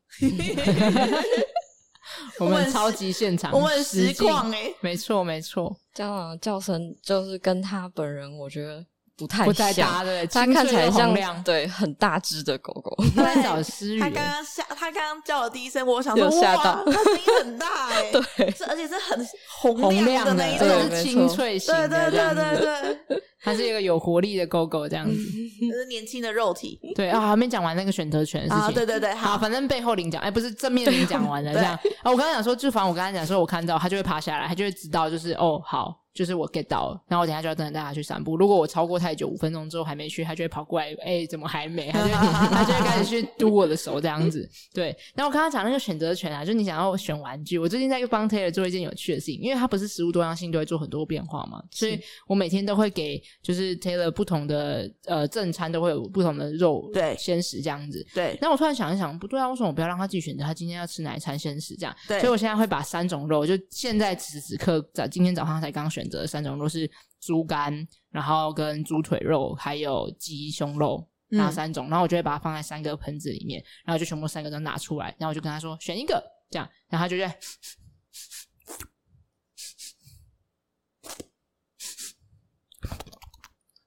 我
我们
们
是
超级现场，
我们很
实
实
境
况哎，
没错没错，
焦糖的叫声就是跟他本人，我觉得不太
不太
像
搭对，
它
清
看
脆
起来
又
像
洪亮
对很大只的狗 狗，
他来找思雨
他
了，
刚刚吓，他刚刚叫我第一声，我想说
有吓到
哇，他声音很大哎、欸，
对，
是而且是很洪
洪亮
亮的
的
那一，
真
种，
的
对
是
没
清
错
脆型
对
的这
对
样
对
子，
对
它是一个有活力的狗狗这样子。
对，就是年轻的肉体
对啊，还没讲完那个选择权的事情。
啊，对对对，
好，
好，
反正背后领奖，哎、不是正面领奖完了这
对
样。啊，我刚刚讲说，就反正我刚刚讲说，我看到他就会爬下来，他就会知道，就是哦，好，就是我 get 到了，然后我等一下就要真的带他去散步。如果我超过太久，五分钟之后还没去，他就会跑过来，哎、怎么还 没？他就会他就会开始去嘟我的手这样子。对，然后我刚刚讲那个选择权啊，就你想要选玩具，我最近在帮 Taylor 做一件有趣的事情，因为他不是食物多样性都会做很多变化嘛，所以我每天都会给就是 Taylor 不同的呃正餐都会有不同的肉
对
鲜食这样子。
对
那我突然想一想，不对啊，为什么我不要让他自己选择他今天要吃哪一餐先吃这样？
对
所以我现在会把三种肉，就现在此时此刻早今天早上才刚选择的三种肉是猪肝，然后跟猪腿肉，还有鸡胸肉。
嗯
然后三种，然后我就会把它放在三个盆子里面，然后就全部三个都拿出来，然后我就跟他说选一个，这样，然后他就在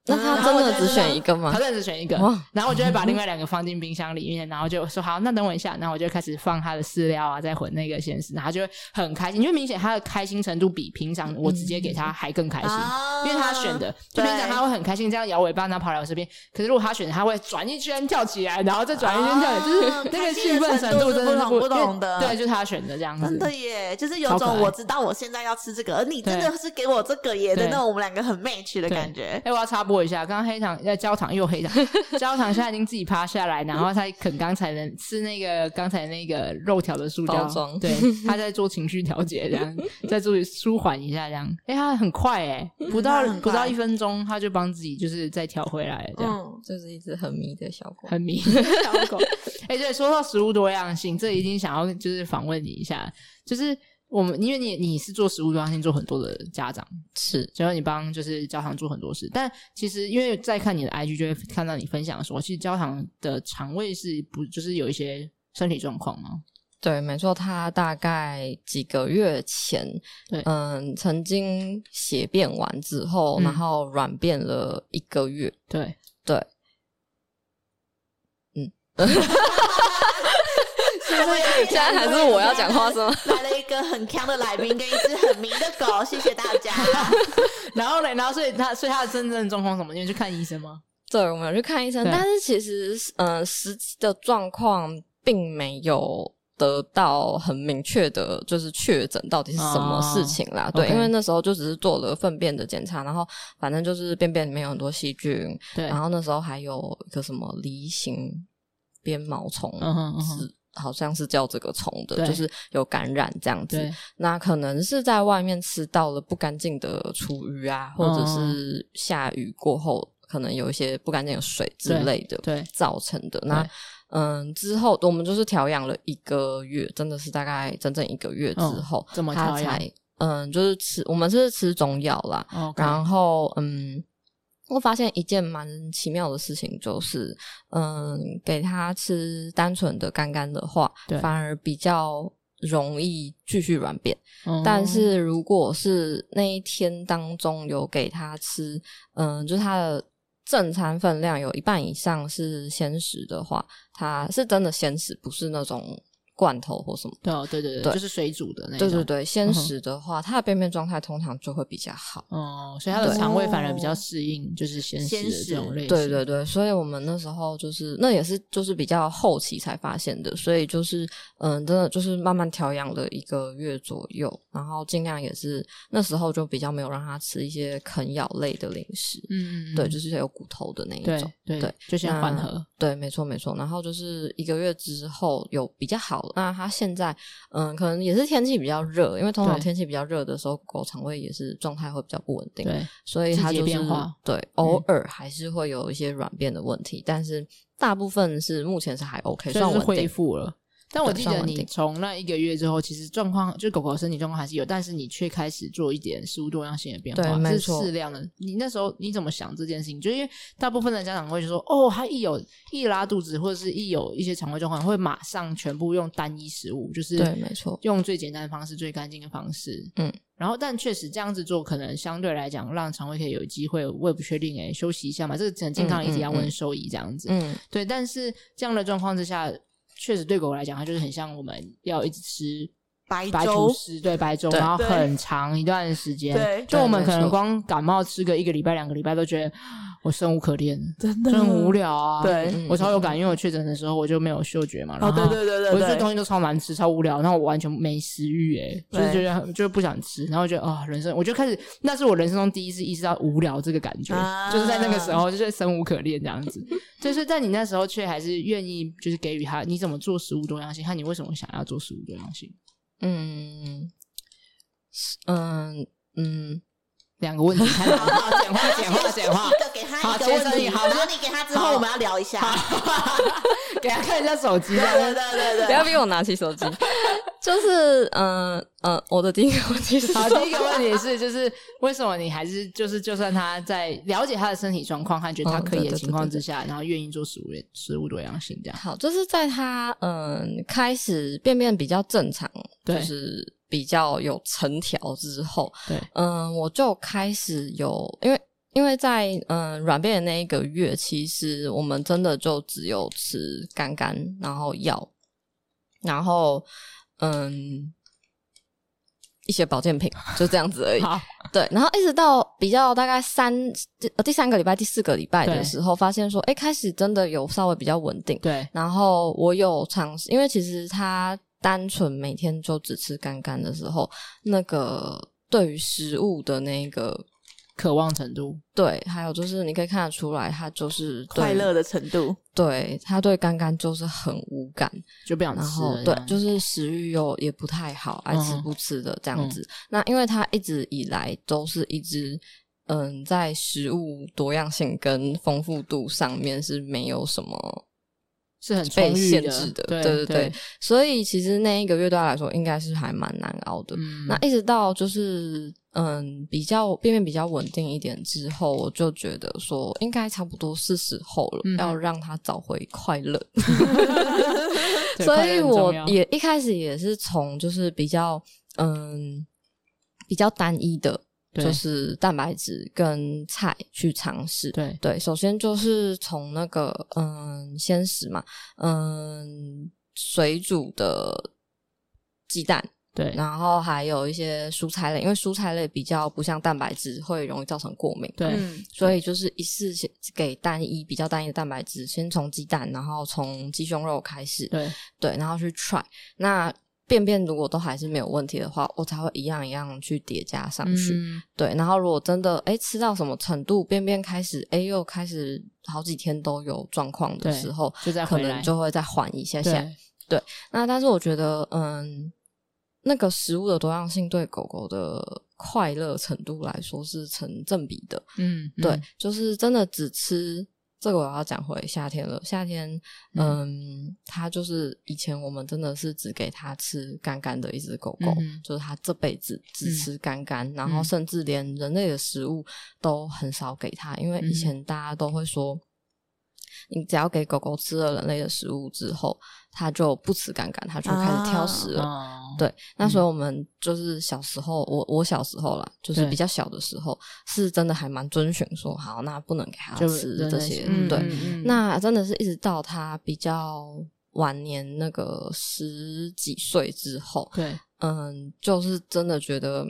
那
嗯
他
然后
真
我
的
就
只
知
选
道
一个吗
他？认只选一个，
哇，
然后我就会把另外两个放进冰箱里面，然后就说好，那等我一下，然后我就开始放他的饲料啊，再混那个鲜食，然后他就会很开心，因为明显他的开心程度比平常我直接给他还更开心。
啊
因为他选的，就平常他会很开心，这样摇尾巴，然后跑来我这边。可是如果他选的，他会转一圈跳起来，然后再转一圈跳起来，
啊
就是那个兴奋程度真的
开心的程度是不同不同的
对，就是他选的这样子。
真的耶，就是有
超可爱
种我知道我现在要吃这个，而你真的是给我这个耶
对
的那种，我们两个很 match
对
的感觉
哎、。我要插播一下，刚刚黑糖呃焦糖又黑 糖，焦糖现在已经自己趴下来，然后他啃刚才的吃那个刚才那个肉条的塑胶
包 装
对，他在做情绪调节，这样在做舒缓一下，这样。哎、他很快哎、不到
他很
不
快
到一分钟，他就帮自己就是再调回来了，这样。
嗯，
就是一只很迷的小狗。
很迷小狗，哎、对，说到食物多样性，这一定想要就是访问你一下，就是我们因为你你是做食物中心做很多的家长，是，所以你帮就是焦糖做很多事。但其实因为在看你的 IG 就会看到你分享说，其实焦糖的肠胃是不就是有一些身体状况吗？
对，没错，他大概几个月前，
对
嗯，曾经血便完之后，
嗯
然后软便了一个月，
对，
对，现在还是我要讲话是吗？
来了一个很强的来宾跟一只很迷的狗，谢谢大家。
然后呢，然后所以他所以他的真正的状况是什么？你们去看医生吗？
对，我们有去看医生，
对
但是其实，嗯、实际的状况并没有得到很明确的，就是确诊到底是什么事情啦。对
哦 OK
因为那时候就只是做了粪便的检查，然后反正就是便便里面有很多细菌，
对，
然后那时候还有一个什么梨形鞭毛虫，
嗯哼嗯哼
是好像是叫这个虫的，
对
就是有感染这样子
对。
那可能是在外面吃到了不干净的厨余啊，或
嗯
者是下雨过后可能有一些不干净的水之类的
对
造成的。那
对
嗯，之后我们就是调养了一个月，真的是大概整整一个月之
嗯
后，
怎么
他
调养
才嗯，就是吃我们是吃中药啦，
哦，
然后嗯。我发现一件蛮奇妙的事情，就是，嗯，给他吃单纯的干干的话
对，
反而比较容易继续软便。
嗯
但是如果是那一天当中有给他吃，嗯，就是他的正餐分量有一半以上是鲜食的话，他是真的鲜食，不是那种罐头或什么。
对哦对对对，
对
就是水煮的那种，
对
嗯
对
对，
对，鲜食的话，他的便便状态通常就会比较好。
哦，所以他的
对
肠胃反而比较适应就是鲜食
哦鲜
的这种
食
类型，
对对对，所以我们那时候就是那也是就是比较后期才发现的，所以就是嗯，真的就是慢慢调养了一个月左右，然后尽量也是那时候就比较没有让他吃一些啃咬类的零食，
嗯，嗯嗯，
对，就是有骨头的那一种
对。对
对，
就先缓
那
和，
对，没错没错。然后就是一个月之后有比较好，那他现在嗯，可能也是天气比较热，因为通常
对
天气比较热的时候，狗肠胃也是状态会比较不稳定。
对
所以它
季节
就是
变化嗯
对，偶尔还是会有一些软便的问题，但是大部分是目前是还 OK，
算
算
是
稳
恢
定。
复了。但我
对
记
算
得
稳
你
定
从那一个月之后，其实状况就狗狗身体状况还是有，但是你却开始做一点食物多样性的变
对
化，
没
是
错
适量的。你那时候你怎么想这件事情？就因为大部分的家长会说，哦，他一有一拉肚子，或者是一有一些肠胃状况，会马上全部用单一食物，就是
对没错
用最简单的方式、最干净的方式。
嗯，
然后但确实这样子做，可能相对来讲让肠胃可以有机会，我也不确定哎、休息一下嘛，这个很健康的议题
嗯嗯
要问
嗯
收益这样子。
嗯，
对，但是这样的状况之下，确实对狗来讲，它就是很像我们要一直吃
白
白
粥
吐司，对白粥，
对
然后
对
很长一段时间。
对
就我们
对
可能
没错
光感冒吃个一个礼拜、两个礼拜，都觉得我生无可恋，
真
就很无。聊啊。
嗯对
嗯
我超有感，因为我确诊的时候我就没有嗅觉嘛，然
哦，
后
对对对
我
对
觉得
对，
东西都超难吃、超无聊，然后我完全没食欲、欸，哎，就是觉得就是不想吃，然后觉得啊、人生我就开始，那是我人生中第一次意识到无聊这个感觉，
啊
就是在那个时候，就是生无可恋这样子。 就是但你那时候却还是愿意，就是给予他，你怎么做食物多样性，和你为什么想要做食物多样性，
嗯是嗯嗯，
两个问题。 太难了
好，
简化，简化，简化
一。个给他一个问题，然后你给他之后，我们要聊一下。
给他看一下手机，这啊
对
样
对对对
不
对，
要逼我拿起手机， 就是嗯嗯，我的第一个问题是
好，
什么
第一个问题是，就是为什么你还是就是，就算他在了解他的身体状况和觉得他
嗯
可以
对
的
对
情况之下，然后愿意做食物食物多样性这样？
好，就是在他嗯开始便便比较正常，
对
就是比较有成条之后，
对，
嗯，我就开始有，因为因为在嗯软便的那一个月，其实我们真的就只有吃干干，然后药，然后嗯一些保健品，就这样子而已。
好，
对，然后一直到比较大概三第呃第三个礼拜、第四个礼拜
对
的时候，发现说，哎，开始真的有稍微比较稳定。
对
然后我有尝试，因为其实他单纯每天就只吃干干的时候，那个对于食物的那个
渴望程度，
对，还有就是你可以看得出来，他就是对
快，乐的程度，
对他对干干就是很无感，
就不想
然
吃
后
了这
对，
样，
就是食欲又也不太好，爱吃
嗯
不吃的这样子。那因为他一直以来都是一直。嗯，在食物多样性跟丰富度上面是没有什么
是很充
被
裕
限制的，
对
对对
对，
所以其实那一个月对他来说应该是还蛮难熬的。
嗯
那一直到就是嗯比较变变比较稳定一点之后，我就觉得说应该差不多是时候了，
嗯
要让他找回快 乐。
对
所
快乐
以
很
我
重要
也一开始也是从就是比较嗯比较单一的，
对
就是蛋白质跟菜去尝试。
对
对，首先就是从那个嗯鲜食嘛，嗯水煮的鸡蛋，
对
然后还有一些蔬菜类，因为蔬菜类比较不像蛋白质会容易造成过敏。
对
嗯，
所以就是一次先给单一比较单一的蛋白质，先从鸡蛋，然后从鸡胸肉开始，
对
对，然后去 try。那便便如果都还是没有问题的话，我才会一样一样去叠加上去。
嗯
对，然后如果真的哎吃到什么程度，便便开始哎又开始好几天都有状况的
对
时候，
就再
可
回来
能就会再缓一下下。
对
那但是我觉得，嗯，那个食物的多样性对狗狗的快乐程度来说是成正比的。
嗯
对，
嗯
就是真的只吃这个，我要讲回夏天了。夏天，嗯，它就是以前我们真的是只给它吃干干的一只狗狗，
嗯哼
就是它这辈子只
嗯
吃干干，然后
嗯
甚至连人类的食物都很少给它，因为
嗯哼
以前大家都会说。你只要给狗狗吃了人类的食物之后，它就不吃干干，它就开始挑食了。
哦
对，那所以我们就是小时候，我我小时候啦，就是
对
比较小的时候，是真的还蛮遵循说好，那不能给他
就
吃
人
这
类
些，
嗯
对。
嗯嗯
那真的是一直到他比较晚年那个十几岁之后，
对
嗯，就是真的觉得，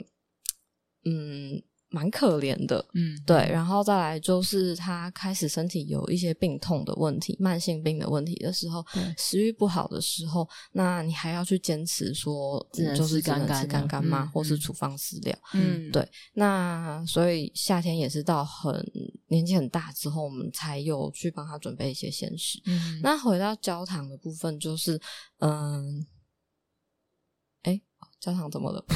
嗯，蛮可怜的。
嗯
对，然后再来就是他开始身体有一些病痛的问题、慢性病的问题的时候
对，
食欲不好的时候，那你还要去坚持说，
只能
就
吃
是只能
干干
吃
的
干干嘛，
嗯
或是
嗯
处方饲料。
嗯，
对那所以夏天也是到很年纪很大之后，我们才有去帮他准备一些鲜食。
嗯
那回到焦糖的部分，就是嗯，哎、焦糖怎么了？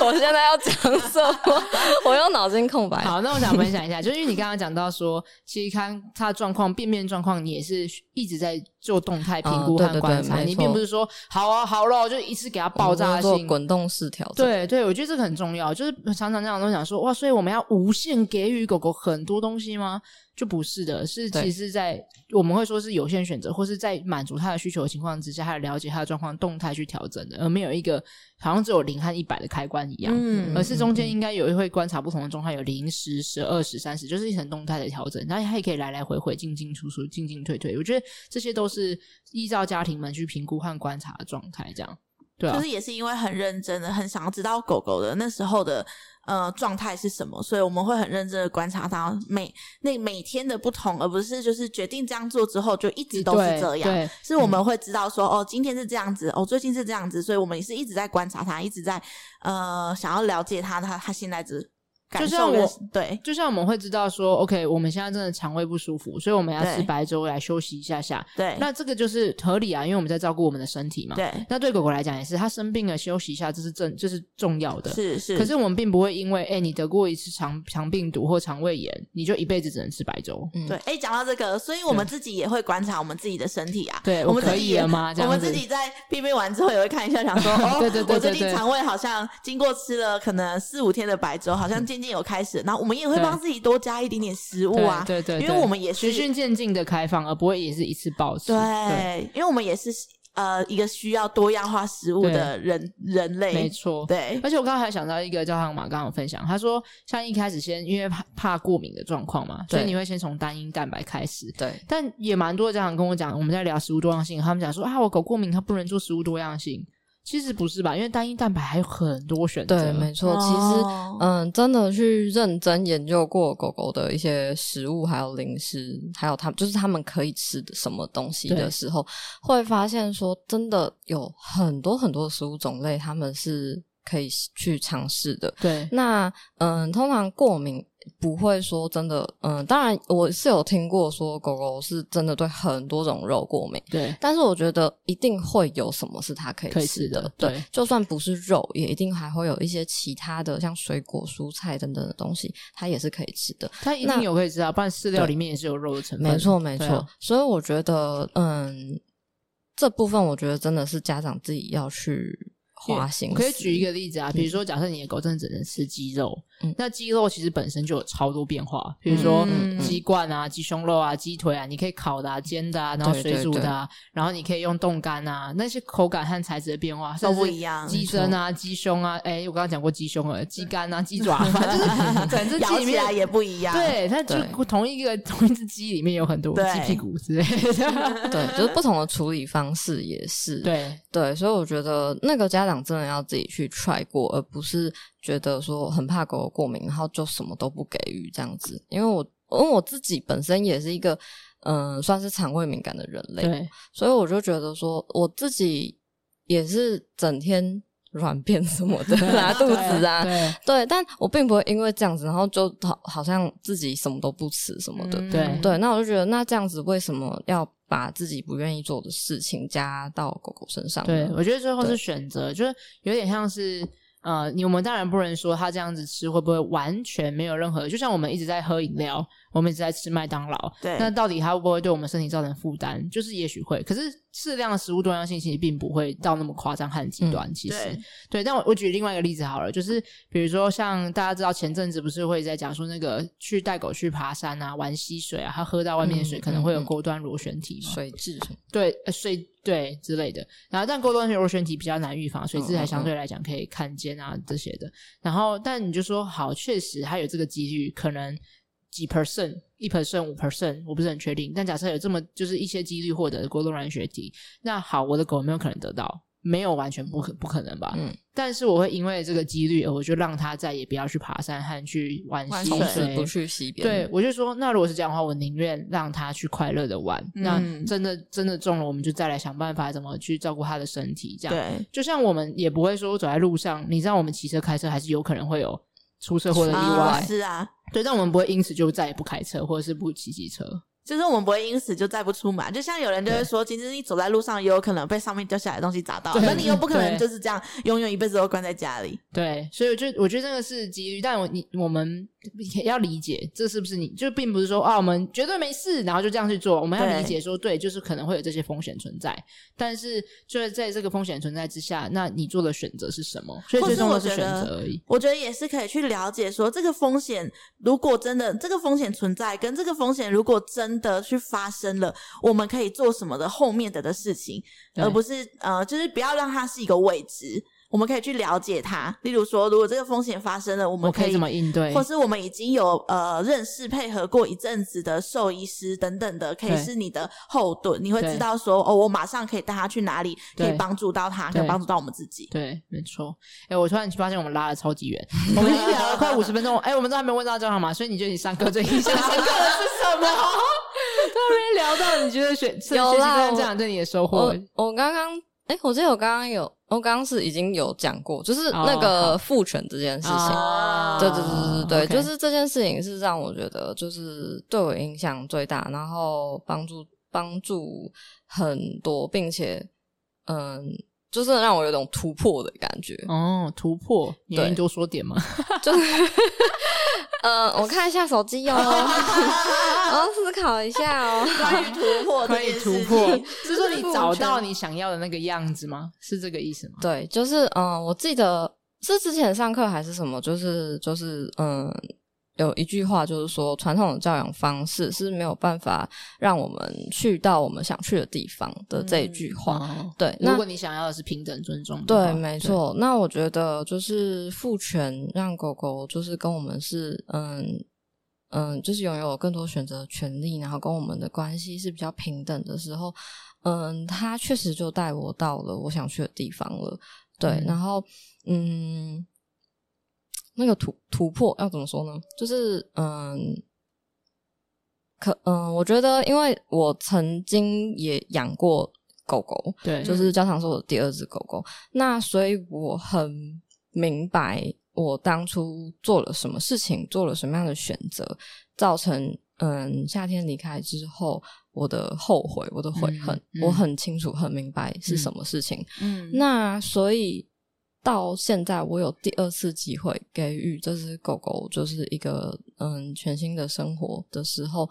我现在要讲什么？ 我用脑筋空白。
好，那我想分享一下，就是因为你刚刚讲到说，其实看他的状况、便便状况，你也是一直在做动态评
嗯
估
对
和
对
观
对
察，
没
你
错
并不是说好啊好咯，就一次给他爆
我
炸
们做
性。
滚动式调整。
对对，我觉得这个很重要。就是呃常常家长都想说，哇，所以我们要无限给予狗狗很多东西吗？就不是的，是
对
其实在我们会说是有限选择，或是在满足他的需求的情况之下，他了解他的状况，动态去调整的，而没有一个好像只有零和一百的开关一样。
嗯
而是中间应该有会观察不同的状态，有零时、十二时、三十，就是一层动态的调整，然后它也可以来来回回、进进出出、进进退退。我觉得这些都是依照家庭们去评估和观察的状态，这样对啊
就，是也是因为很认真的，很想要知道狗狗的那时候的呃状态是什么，所以我们会很认真的观察它每那每天的不同，而不是就是决定这样做之后就一直都是
对
这样。
对
是我们会知道说，哦，今天是这样子，哦，最近是这样子，所以我们也是一直在观察它，一直在呃想要了解它，它它现在只感
像
受
我
跟对
就像我们会知道说，OK，我们现在真的肠胃不舒服，所以我们要吃
对
白粥来休息一下下。
对
那这个就是合理啊，因为我们在照顾我们的身体嘛。
对
那对狗狗来讲也是，它生病了休息一下，这是正这是重要的。
是是，
可是我们并不会因为，哎、你得过一次肠肠病毒或肠胃炎，你就一辈子只能吃白粥。
嗯
对，哎，讲到这个，所以我们自己也会观察我们自己的身体啊。
对，
我
我
们
可
自己
以
也
了吗？这
我
样
们
子
自己在便便完之后也会看一下，想说哦，
对对对
我
对
最近
对
肠胃好像经过吃了可能四五天的白粥，好像渐渐有开始。然后我们也会
对
帮自己多加一点点食物
对
啊，
对对，
因为
对
我们也
循
是
序渐进的开放，而不会也是一次暴吃。
对，因为我们也是呃一个需要多样化食物的人人
对，没
类，
错。
对
而且我刚才还想到一个教堂马刚刚有分享，他说像一开始先因为怕怕过敏的状况嘛，所以
对
你会先从单一蛋白开始。
对
但也蛮多家长跟我讲，我们在聊食物多样性，他们讲说啊，我狗过敏，它不能做食物多样性。其实不是吧？因为单一蛋白还有很多选择。
对，没错。
哦
其实，嗯，真的去认真研究过狗狗的一些食物，还有零食，还有它们就是它们可以吃的什么东西
对
的时候，会发现说，真的有很多很多的食物种类，它们是可以去尝试的。
对
那嗯，通常过敏不会说真的，嗯，当然我是有听过说狗狗是真的对很多种肉过敏，
对
但是我觉得一定会有什么是它可
可以
以
吃
吃的，
的
对，
对
就算不是肉，也一定还会有一些其他的，像水果、蔬菜等等的东西，它也是可以吃的。
它一
那
定有可以知道，不然饲料
对
里面也是有肉的成分。
没，错，没错。
对啊
所以我觉得，嗯，这部分我觉得真的是家长自己要去花心
我
思。
可以举一个例子啊，比如说假设你的狗真的只能吃鸡肉，
嗯
那鸡肉其实本身就有超多变化，比如说
嗯
鸡冠啊、鸡胸肉啊、鸡腿啊，你可以烤的、啊、煎的啊，然后
对
水
对
煮的
对
啊，然后你可以用冻干啊，那些口感和材质的变化
都不
甚至
一样
鸡胗啊、鸡胸啊，哎，我刚刚讲过鸡胸了，鸡肝啊、鸡爪 啊，反正 就是整只鸡
咬
里
起
面
来也不一样。，
对，它就
嗯对
同一个同一只鸡里面有很多
对
鸡屁股之类 的。
对，就是不同的处理方式也是。
对，
对，所以我觉得那个家长真的要自己去 try 过，而不是觉得说很怕狗狗过敏，然后就什么都不给予这样子。因为我因为我自己本身也是一个嗯、算是肠胃敏感的人类，
对，
所以我就觉得说我自己也是整天软便什么的拉肚子啊。
对
对，但我并不会因为这样子，然后就好好像自己什么都不吃什么的，
嗯
对
对， 那我就觉得，那这样子为什么要把自己不愿意做的事情加到狗狗身上
对，
呢？
我觉得最后是
对
选择，就是有点像是。呃，你我们当然不能说他这样子吃会不会完全没有任何，就像我们一直在喝饮料，我们一直在吃麦当劳，
对
那到底它会不会对我们身体造成负担？就是也许会，可是适量的食物多样性其实并不会到那么夸张和
嗯
极端。其实，
对
对，但我我举另外一个例子好了，就是比如说像大家知道前阵子不是会在讲说那个去带狗去爬山啊、玩溪水啊，它喝到外面的水
嗯
可能会有
嗯嗯
钩端螺旋体嘛，
水质什么？
对，呃水对之类的。然后但钩端螺旋体比较难预防，
嗯
所以这才相对来讲可以看见啊这些的。然后但你就说好，确实它有这个几率，可能几 percent。一 percent 五 percent，我不是很确定。但假设有这么就是一些几率获得过多软血体，那好，我的狗有没有可能得到？没有，完全不可不可能吧。
嗯
但是我会因为这个几率，呃我就让它再也不要去爬山和去玩
玩
溪
从
水
此
水，
不去西边。
对，，我就说，那如果是这样的话，我宁愿让他去快乐的玩。那
嗯
真的真的中了，我们就再来想办法怎么去照顾他的身体。这样，
对，
就像我们也不会说走在路上，你知道我们骑车开车还是有可能会有出车祸的意
啊
外，
是啊，
对，但我们不会因此就再也不开车或者是不骑机车。
就是我们不会因此就再不出门，就像有人就会说，其实你走在路上也有可能被上面掉下来的东西砸到，啊
对
那你又不可能
对
就是这样永远一辈子都关在家里。
对，所以我觉得我觉得这个是机遇，但我你我们要理解这是不是你就并不是说啊，我们绝对没事，然后就这样去做。我们要
对
理解说，对，就是可能会有这些风险存在，但是就是在这个风险存在之下，那你做的选择是什么？所以
或是
最终
我
都是
觉
选
得
择而已。
我觉得也是可以去了解说，这个风险如果真的这个风险存在，跟这个风险如果真的去发生了，我们可以做什么的后面的的事情，
对
而不是呃，就是不要让它是一个未知，我们可以去了解它。例如说，如果这个风险发生了，我
我
们
可以怎么应对？
或是我们已经有呃认识配合过一阵子的兽医师等等的，可以
对
是你的后盾，你会
对
知道说哦，我马上可以带他去哪里，可
对
以帮助到他，
对
可以帮助到我们自己。
对，没错。哎、我突然发现我们拉了超级 远，我们已经聊了快五十分钟。哎、我们都还没问到教堂嘛，所以你觉得你上课最印象深刻的是什 么？ 突然聊到你觉得学学
有
习
啦
这
我
样对你的收获
我，我刚刚，哎、我记得我刚刚有，我刚刚是已经有讲过，就是
哦
那
好
个父权这件事情。
啊
对对对对对
OK
就是这件事情是让我觉得就是对我影响最大，然后帮助帮助很多，并且嗯，就是让我有种突破的感觉。
哦，突破，你愿意
对
多说点吗？
呃，我看一下手机哦， 我要思考一下哦。
关于突破这
可以
件
突
事
破
情，，
是说你找到你想要的那个样子吗？是这个意思吗？
对，就是嗯、呃我记得是之前上课还是什么，就是就是嗯、有一句话就是说，传统的教养方式是没有办法让我们去到我们想去的地方的这一句话。
哦，
对，
如
那
果你想要的是平等尊重的话，
对，没错。那我觉得就是赋权让狗狗就是跟我们是嗯嗯，就是拥有更多选择的权利，然后跟我们的关系是比较平等的时候，嗯，它确实就带我到了我想去的地方了。对，
嗯
然后嗯，那个突突破要怎么说呢？就是嗯。可嗯，我觉得，因为我曾经也养过狗狗，
对，对
就是教堂是我的第二只狗狗，那所以我很明白我当初做了什么事情，做了什么样的选择，造成嗯夏天离开之后我的后悔，我的悔恨，
嗯嗯
我很清楚、很明白是什么事情。
嗯
那所以到现在，我有第二次机会给予这只狗狗就是一个嗯全新的生活的时候，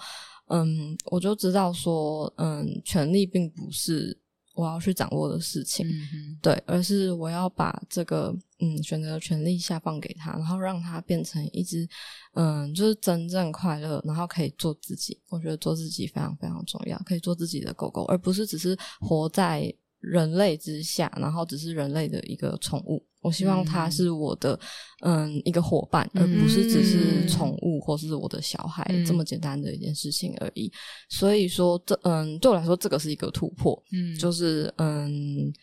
嗯，我就知道说，嗯，权利并不是我要去掌握的事情。
嗯
对，而是我要把这个嗯选择的权利下放给他，然后让他变成一只嗯就是真正快乐，然后可以做自己。我觉得做自己非常非常重要，可以做自己的狗狗，而不是只是活在人类之下，然后只是人类的一个宠物。我希望它
嗯
是我的嗯一个伙伴，而不是只
嗯
是宠物或是我的小孩、
嗯
这么简单的一件事情而已。所以说，这嗯对我来说，这个是一个突破。
嗯
就是嗯，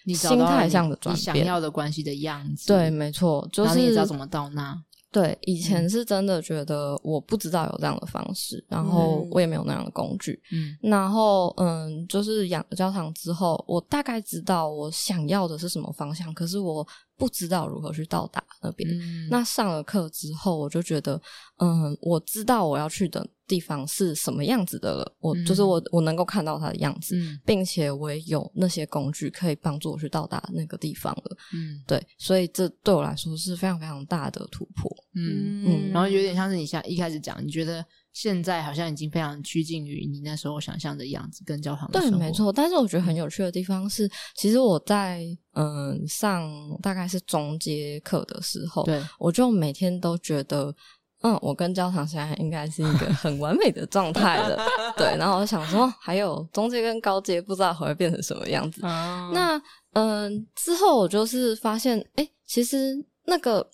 你找
心
到了
态
你
上的转
你想
变。
要的关系的样子，
对，没错，就
然后你也
是
知道怎么嗯到那，
对。以前是真的觉得我不知道有这样的方式，然后
嗯
我也没有那样的工具。
嗯
然后嗯，就是养了教堂之后，我大概知道我想要的是什么方向，可是我不知道如何去到达那边。
嗯
那上了课之后，我就觉得，嗯，我知道我要去的地方是什么样子的了。我、就是
嗯
我，我能够看到它的样子，
嗯
并且我也有那些工具可以帮助我去到达那个地方了。
嗯
对，所以这对我来说是非常非常大的突破。
嗯，
嗯
然后有点像是你像一开始讲，你觉得现在好像已经非常趋近于你那时候想象的样子，跟教堂的
对，
生活嗯
没，错。但是我觉得很有趣的地方是，其实我在嗯上大概是中阶课的时候，
对，
我就每天都觉得，嗯，我跟焦糖现在应该是一个很完美的状态 了。对，然后我想说，还有中阶跟高阶，不知道还会变成什么样子。
哦
那
那嗯，之后我就是发现，哎、其实那个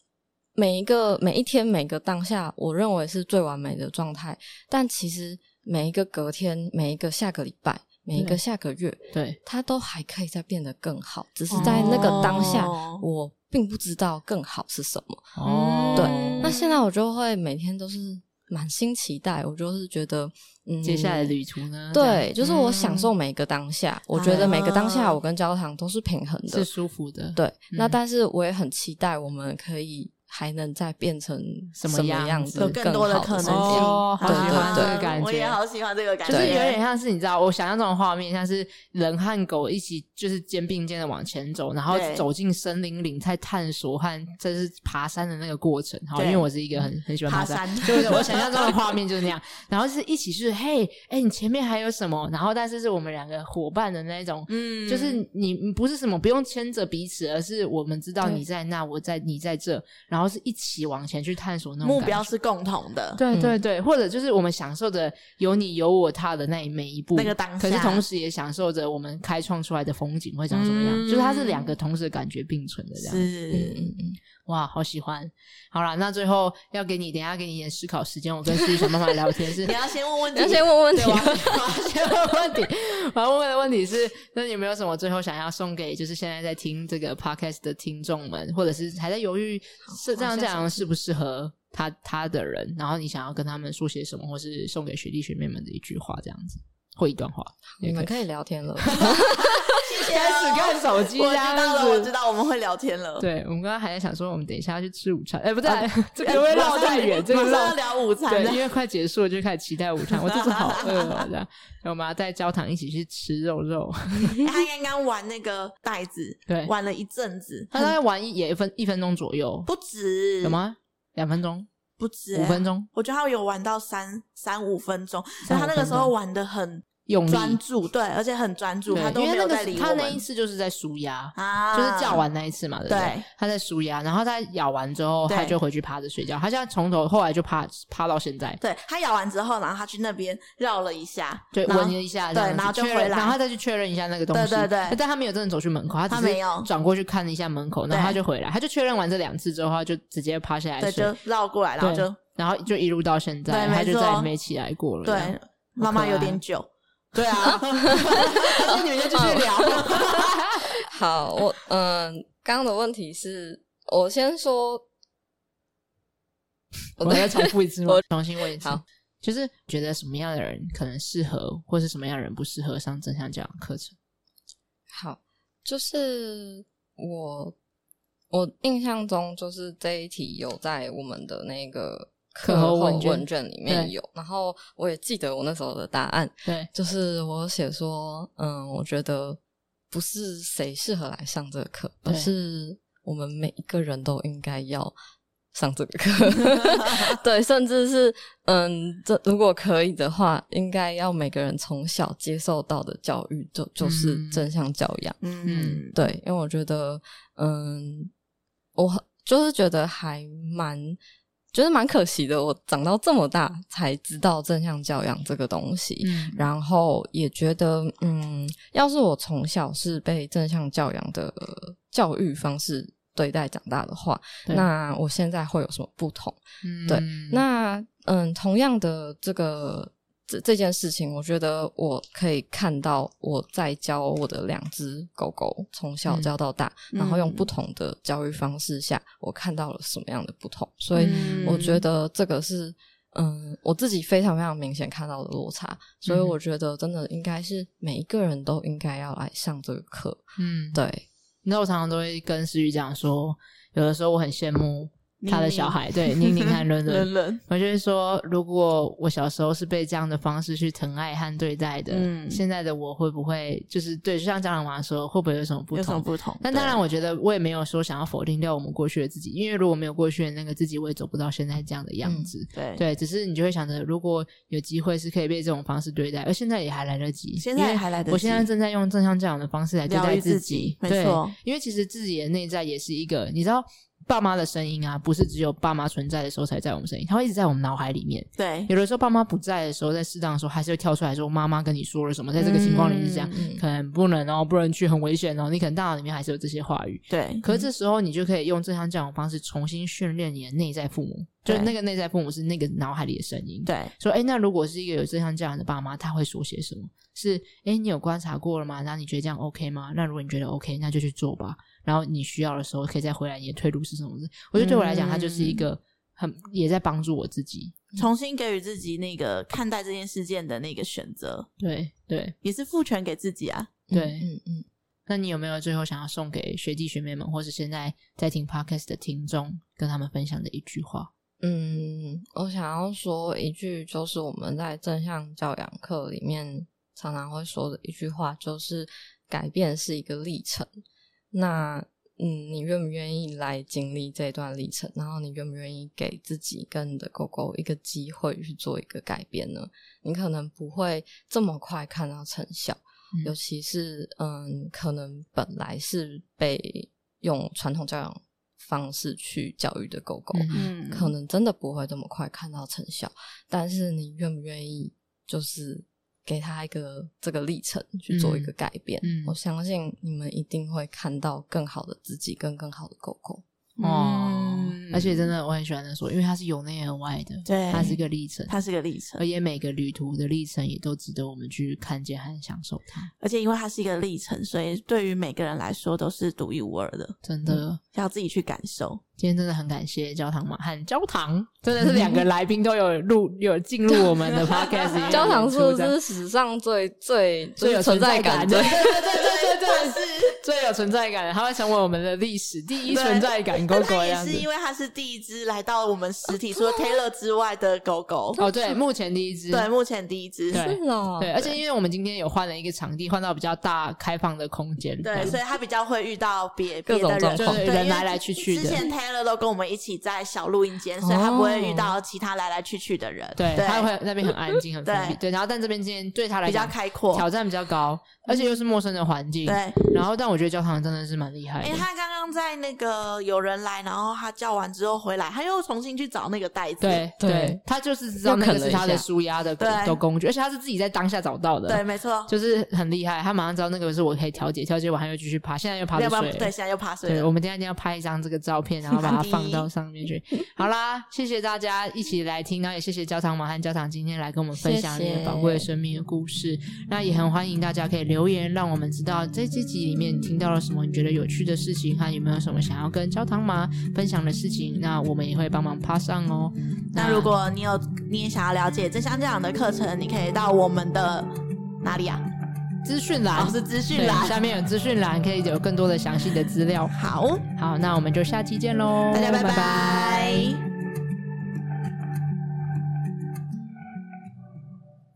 每一个每一天每个当下，我认为是最完美的状态，但其实每一个隔天，每一个下个礼拜，每一
对
个下个月，
对，
它都还可以再变得更好，只是在那个当下，
哦
我并不知道更好是什么。
哦，
对
嗯
那现在我就会每天都是满心期待，我就是觉得，嗯，
接下来的旅嗯途呢？这
对，
样
就是我享受每个当下，我觉得每个当下我跟焦糖都是平衡
嗯
的
是，舒服的，
对，那
嗯
但是我也很期待我们可以还能再变成
什么
么
样
样
子
子，
有
有更多的可能性，
更好的
性。
哦
好
对
喜欢
对
对对
我也好喜欢这个感
就
觉，
是有点像是你知道，我想象这种画面，像是人和狗一起就是肩并肩的往前走，然后
对
走进森林里，在探索和这是爬山的那个过程。好，
对
因为我是一个很很喜欢
爬
爬山，
山，
就是我想象中的画面就是那样。然后就是一起是嘿，哎、你前面还有什么？然后但是是我们两个伙伴的那种。
嗯
就是你你不是什么不用牵着彼此，而是我们知道
对
你在那，我在你在这，然后是一起往前去探索那种
目
感
标
觉
是共同的，
对
嗯
对对，或者就是我们享受着有你有我他的那一每一步，
那个当下
可是同时也享受着我们开创出来的风景会长什么样，
嗯
就是它是两个同时的感觉并存的这样。
嗯
是
嗯嗯，
哇，好喜欢！好啦，那最后要给你，等一下给你一点思考时间，我跟思雨想办法聊天是
你。要先问问
那
题，
先问问题
对，啊我要
先问问题， 我要问的问题是：那有没有什么最后想要送给就是现在在听这个 podcast 的听众们，或者是还在犹豫是这样
好
这
下
样适不适合他他的人，然后你想要跟他们说些什么，或是送给学弟学妹们的一句话，这样子或一段话，
你
也可
们
以
可以聊天了。
谢谢哦
开始看手机，
我知道了，我知
道。
道我们会聊天 了。
对，我们刚刚还在想说，我们等一下要去吃午餐，哎、不对，这
哎，
个会绕
马上
太远，这个
马上
绕
要聊午餐
对
了，
因为快结束了，就开始期待午餐。我肚子好饿啊， 这样，然后我们要带焦糖一起去吃肉肉。
哎 他刚刚玩那个袋子，
对，
玩了一阵子，
他大概玩一也一分一分钟左右，
不止啊
有？吗？两分钟、
不止，
五分钟，
我觉得他有玩到三三五分钟，
三
但
五
他那个时
分
候
钟
玩的很
用力。
专注，对，而且很专注，
对
他都
因
没
为
有
那
在
个
理
是
我
他那
们
一次就是在舒压，
啊，
就是叫完那一次嘛，对不
对
他在舒压，然后他咬完之后，
对
他就回去趴着睡觉。他现在从头后来就趴趴到现在，
对他咬完之后，然后他去那边绕了一下，
对，
然后
闻了一下，
对
这样子
然后就
确认
回来
然后他再去确认一下那个东西，
对对对
但他没有真的走去门口，他只
他
是
没有
转过去看了一下门口，然后
对
他就回来，他就确认完这两次之后，他就直接趴下来
对，
睡，
就绕过来，然后
对
就
然后就一路到现在，
对
他就
没错
再也没起来过了。这样
对，妈妈有点久，对啊， 那你们就继续聊，
好，我嗯，刚刚的问题是我先说，我
我再重复一次吗？重新问一次
好。
就是觉得什么样的人可能适合，或是什么样的人不适合上正向教养课程？
好，就是我我印象中就是这一题有在我们的那个
课
课
后
后
问卷
问卷里面
对
有，然后我也记得我那时候的答案，
对，
就是我写说，嗯，我觉得不是谁适合来上这个课，
对
而是我们每一个人都应该要上这 个课。对，甚至是嗯，这如果可以的话，应该要每个人从小接受到的教育就就是
嗯
正向教养。
嗯，
对，因为我觉得，嗯，我很就是觉得还蛮，觉得蛮可惜的。我长到这么大才知道正向教养这个东西，
嗯
然后也觉得，嗯，要是我从小是被正向教养的教育方式对待长大的话，
对
那我现在会有什么不同？对
嗯
那嗯，同样的这个这这件事情，我觉得我可以看到我在教我的两只狗狗，从小教到大，
嗯
然后用不同的教育方式下，我看到了什么样的不同，所以
嗯
我觉得这个是。嗯，我自己非常非常明显看到的落差，所以
嗯
我觉得真的应该是每一个人都应该要来上这个课。
嗯，
对，
你知道我常常都会跟思雨讲说，有的时候我很羡慕他的小孩，对，宁宁和 伦伦
伦，伦，
我就会说，如果我小时候是被这样的方式去疼爱和对待的，
嗯
现在的我会不会就是对，就像家长妈说，会不会有什么不
有什么
同？
不同？
但当然，我觉得我也没有说想要否定掉我们过去的自己，因为如果没有过去的那个自己，我也走不到现在这样的样
嗯
子。
对对，
对，只是你就会想着，如果有机会是可以被这种方式对待，而现在也还来得及，
现在
因为
还来得
我现在
及
正在用正向教养的方式来对
疗
待
愈自
己
己，没
对
错，
因为其实自己的内在也是一个，你知道。爸妈的声音啊，不是只有爸妈存在的时候才在我们声音，它会一直在我们脑海里面。
对，
有的时候爸妈不在的时候，在适当的时候还是会跳出来说：“妈妈跟你说了什么？”在这个情况里面是这样，
嗯
可能不能哦，不能去，很危险哦。你可能大脑里面还是有这些话语，
对，
可是这时候你就可以用正向教养方式重新训练你的内在父母，就
对
那个内在父母是那个脑海里的声音。
对，
说，哎，那如果是一个有正向教养的爸妈，他会说些什么？是，哎，你有观察过了吗？然后你觉得这样 OK 吗？那如果你觉得 OK，那就去做吧。然后你需要的时候可以再回来，你的退路是什么？我觉得对我来讲，它就是
嗯
一个很也在帮助我自己。
重新给予自己那个看待这件事件的那个选择，
对对
也是赋权给自己啊。
对，
嗯嗯，
那你有没有最后想要送给学弟学妹们，或是现在在听 podcast 的听众，跟他们分享的一句话？
嗯，我想要说一句，就是我们在正向教养课里面常常会说的一句话，就是改变是一个历程。那嗯，你愿不愿意来经历这段历程？然后你愿不愿意给自己跟你的狗狗一个机会去做一个改变呢？你可能不会这么快看到成效，
嗯
尤其是嗯，可能本来是被用传统教养方式去教育的狗狗，
嗯
嗯
可能真的不会这么快看到成效，但是你愿不愿意就是给他一个这个历程去做一个改变？
嗯嗯
我相信你们一定会看到更好的自己跟更好的狗狗。
哦，
嗯
而且真
的，
的我很喜欢他说，因为它是由内而外的，
对
它是一个历程，
它是个历程
而，且每个旅途的历程也都值得我们去看见和享受它。
而且因为它是一个历程，所以对于每个人来说都是独一无二的，
真的，
嗯
要自己去感受。
今天真的很感谢焦糖马和焦糖，真的是两 个来宾都有入有进入我们的 podcast 里面
焦糖
演
是
嗯出
不
这样
是史上最最
最
就
有
是存在
感
感
的，
最
对对对对 对对，是最有存在感的，它会成为我们的历史第一
对
存在感狗
但
狗
它
的
也
样
是
子。
因为它是第一只来到我们实体除了 Taylor 之外的狗狗，
哦，对，目前第一只，
对，目前第一只，
对
是哦，
对，而且因为我们今天有换了一个场地，换到比较大开放的空间，
对，所以它比较会遇到别
各
别
种
的
状
人，
况
对
就是人
因为
来来去去的
之前 Taylor 都跟我们一起在小录音间，所以他不会遇到其他来来去去的人。
对，
对，
他会那边很安静，很封闭，
对
对，然后但这边今天对他来
比较
讲
开阔。
挑战比较高，而且又是陌生的环境，
对，
然后但我觉得教堂真的是蛮厉害
哎、
的，
他刚刚在那个有人来，然后他叫完之后回来，他又重新去找那个袋子。
对
对
对，他就是知道那个是他的舒压的
又啃了一下
的工具，而且他是自己在当下找到的，
对，，没错。
就是很厉害，他马上知道那个是我可以调节，调节完他又继续爬，现在又爬
要
到
不然
水了，
对，现在又趴水
对，
了。
我们等一下一定要拍一张这个照 片，然后把它放到上面去。好啦，谢谢大家一起来听，然后也谢谢焦糖马和焦糖今天来跟我们分享
谢
你
谢
的宝贵的生命的故事。那也很欢迎大家可以留言，让我们知道在这集里面你听到了什么，你觉得有趣的事情，还有没有什么想要跟焦糖马分享的事情，那我们也会帮忙 pass 上哦。
那如果你有，你也想要了解正向教养的课程，你可以到我们的哪里啊？
资讯栏
老，师资讯
对
啦。
下面有资讯栏，可以有更多的详细的资料。
好，
好，那我们就下期见喽，
大家拜
拜
拜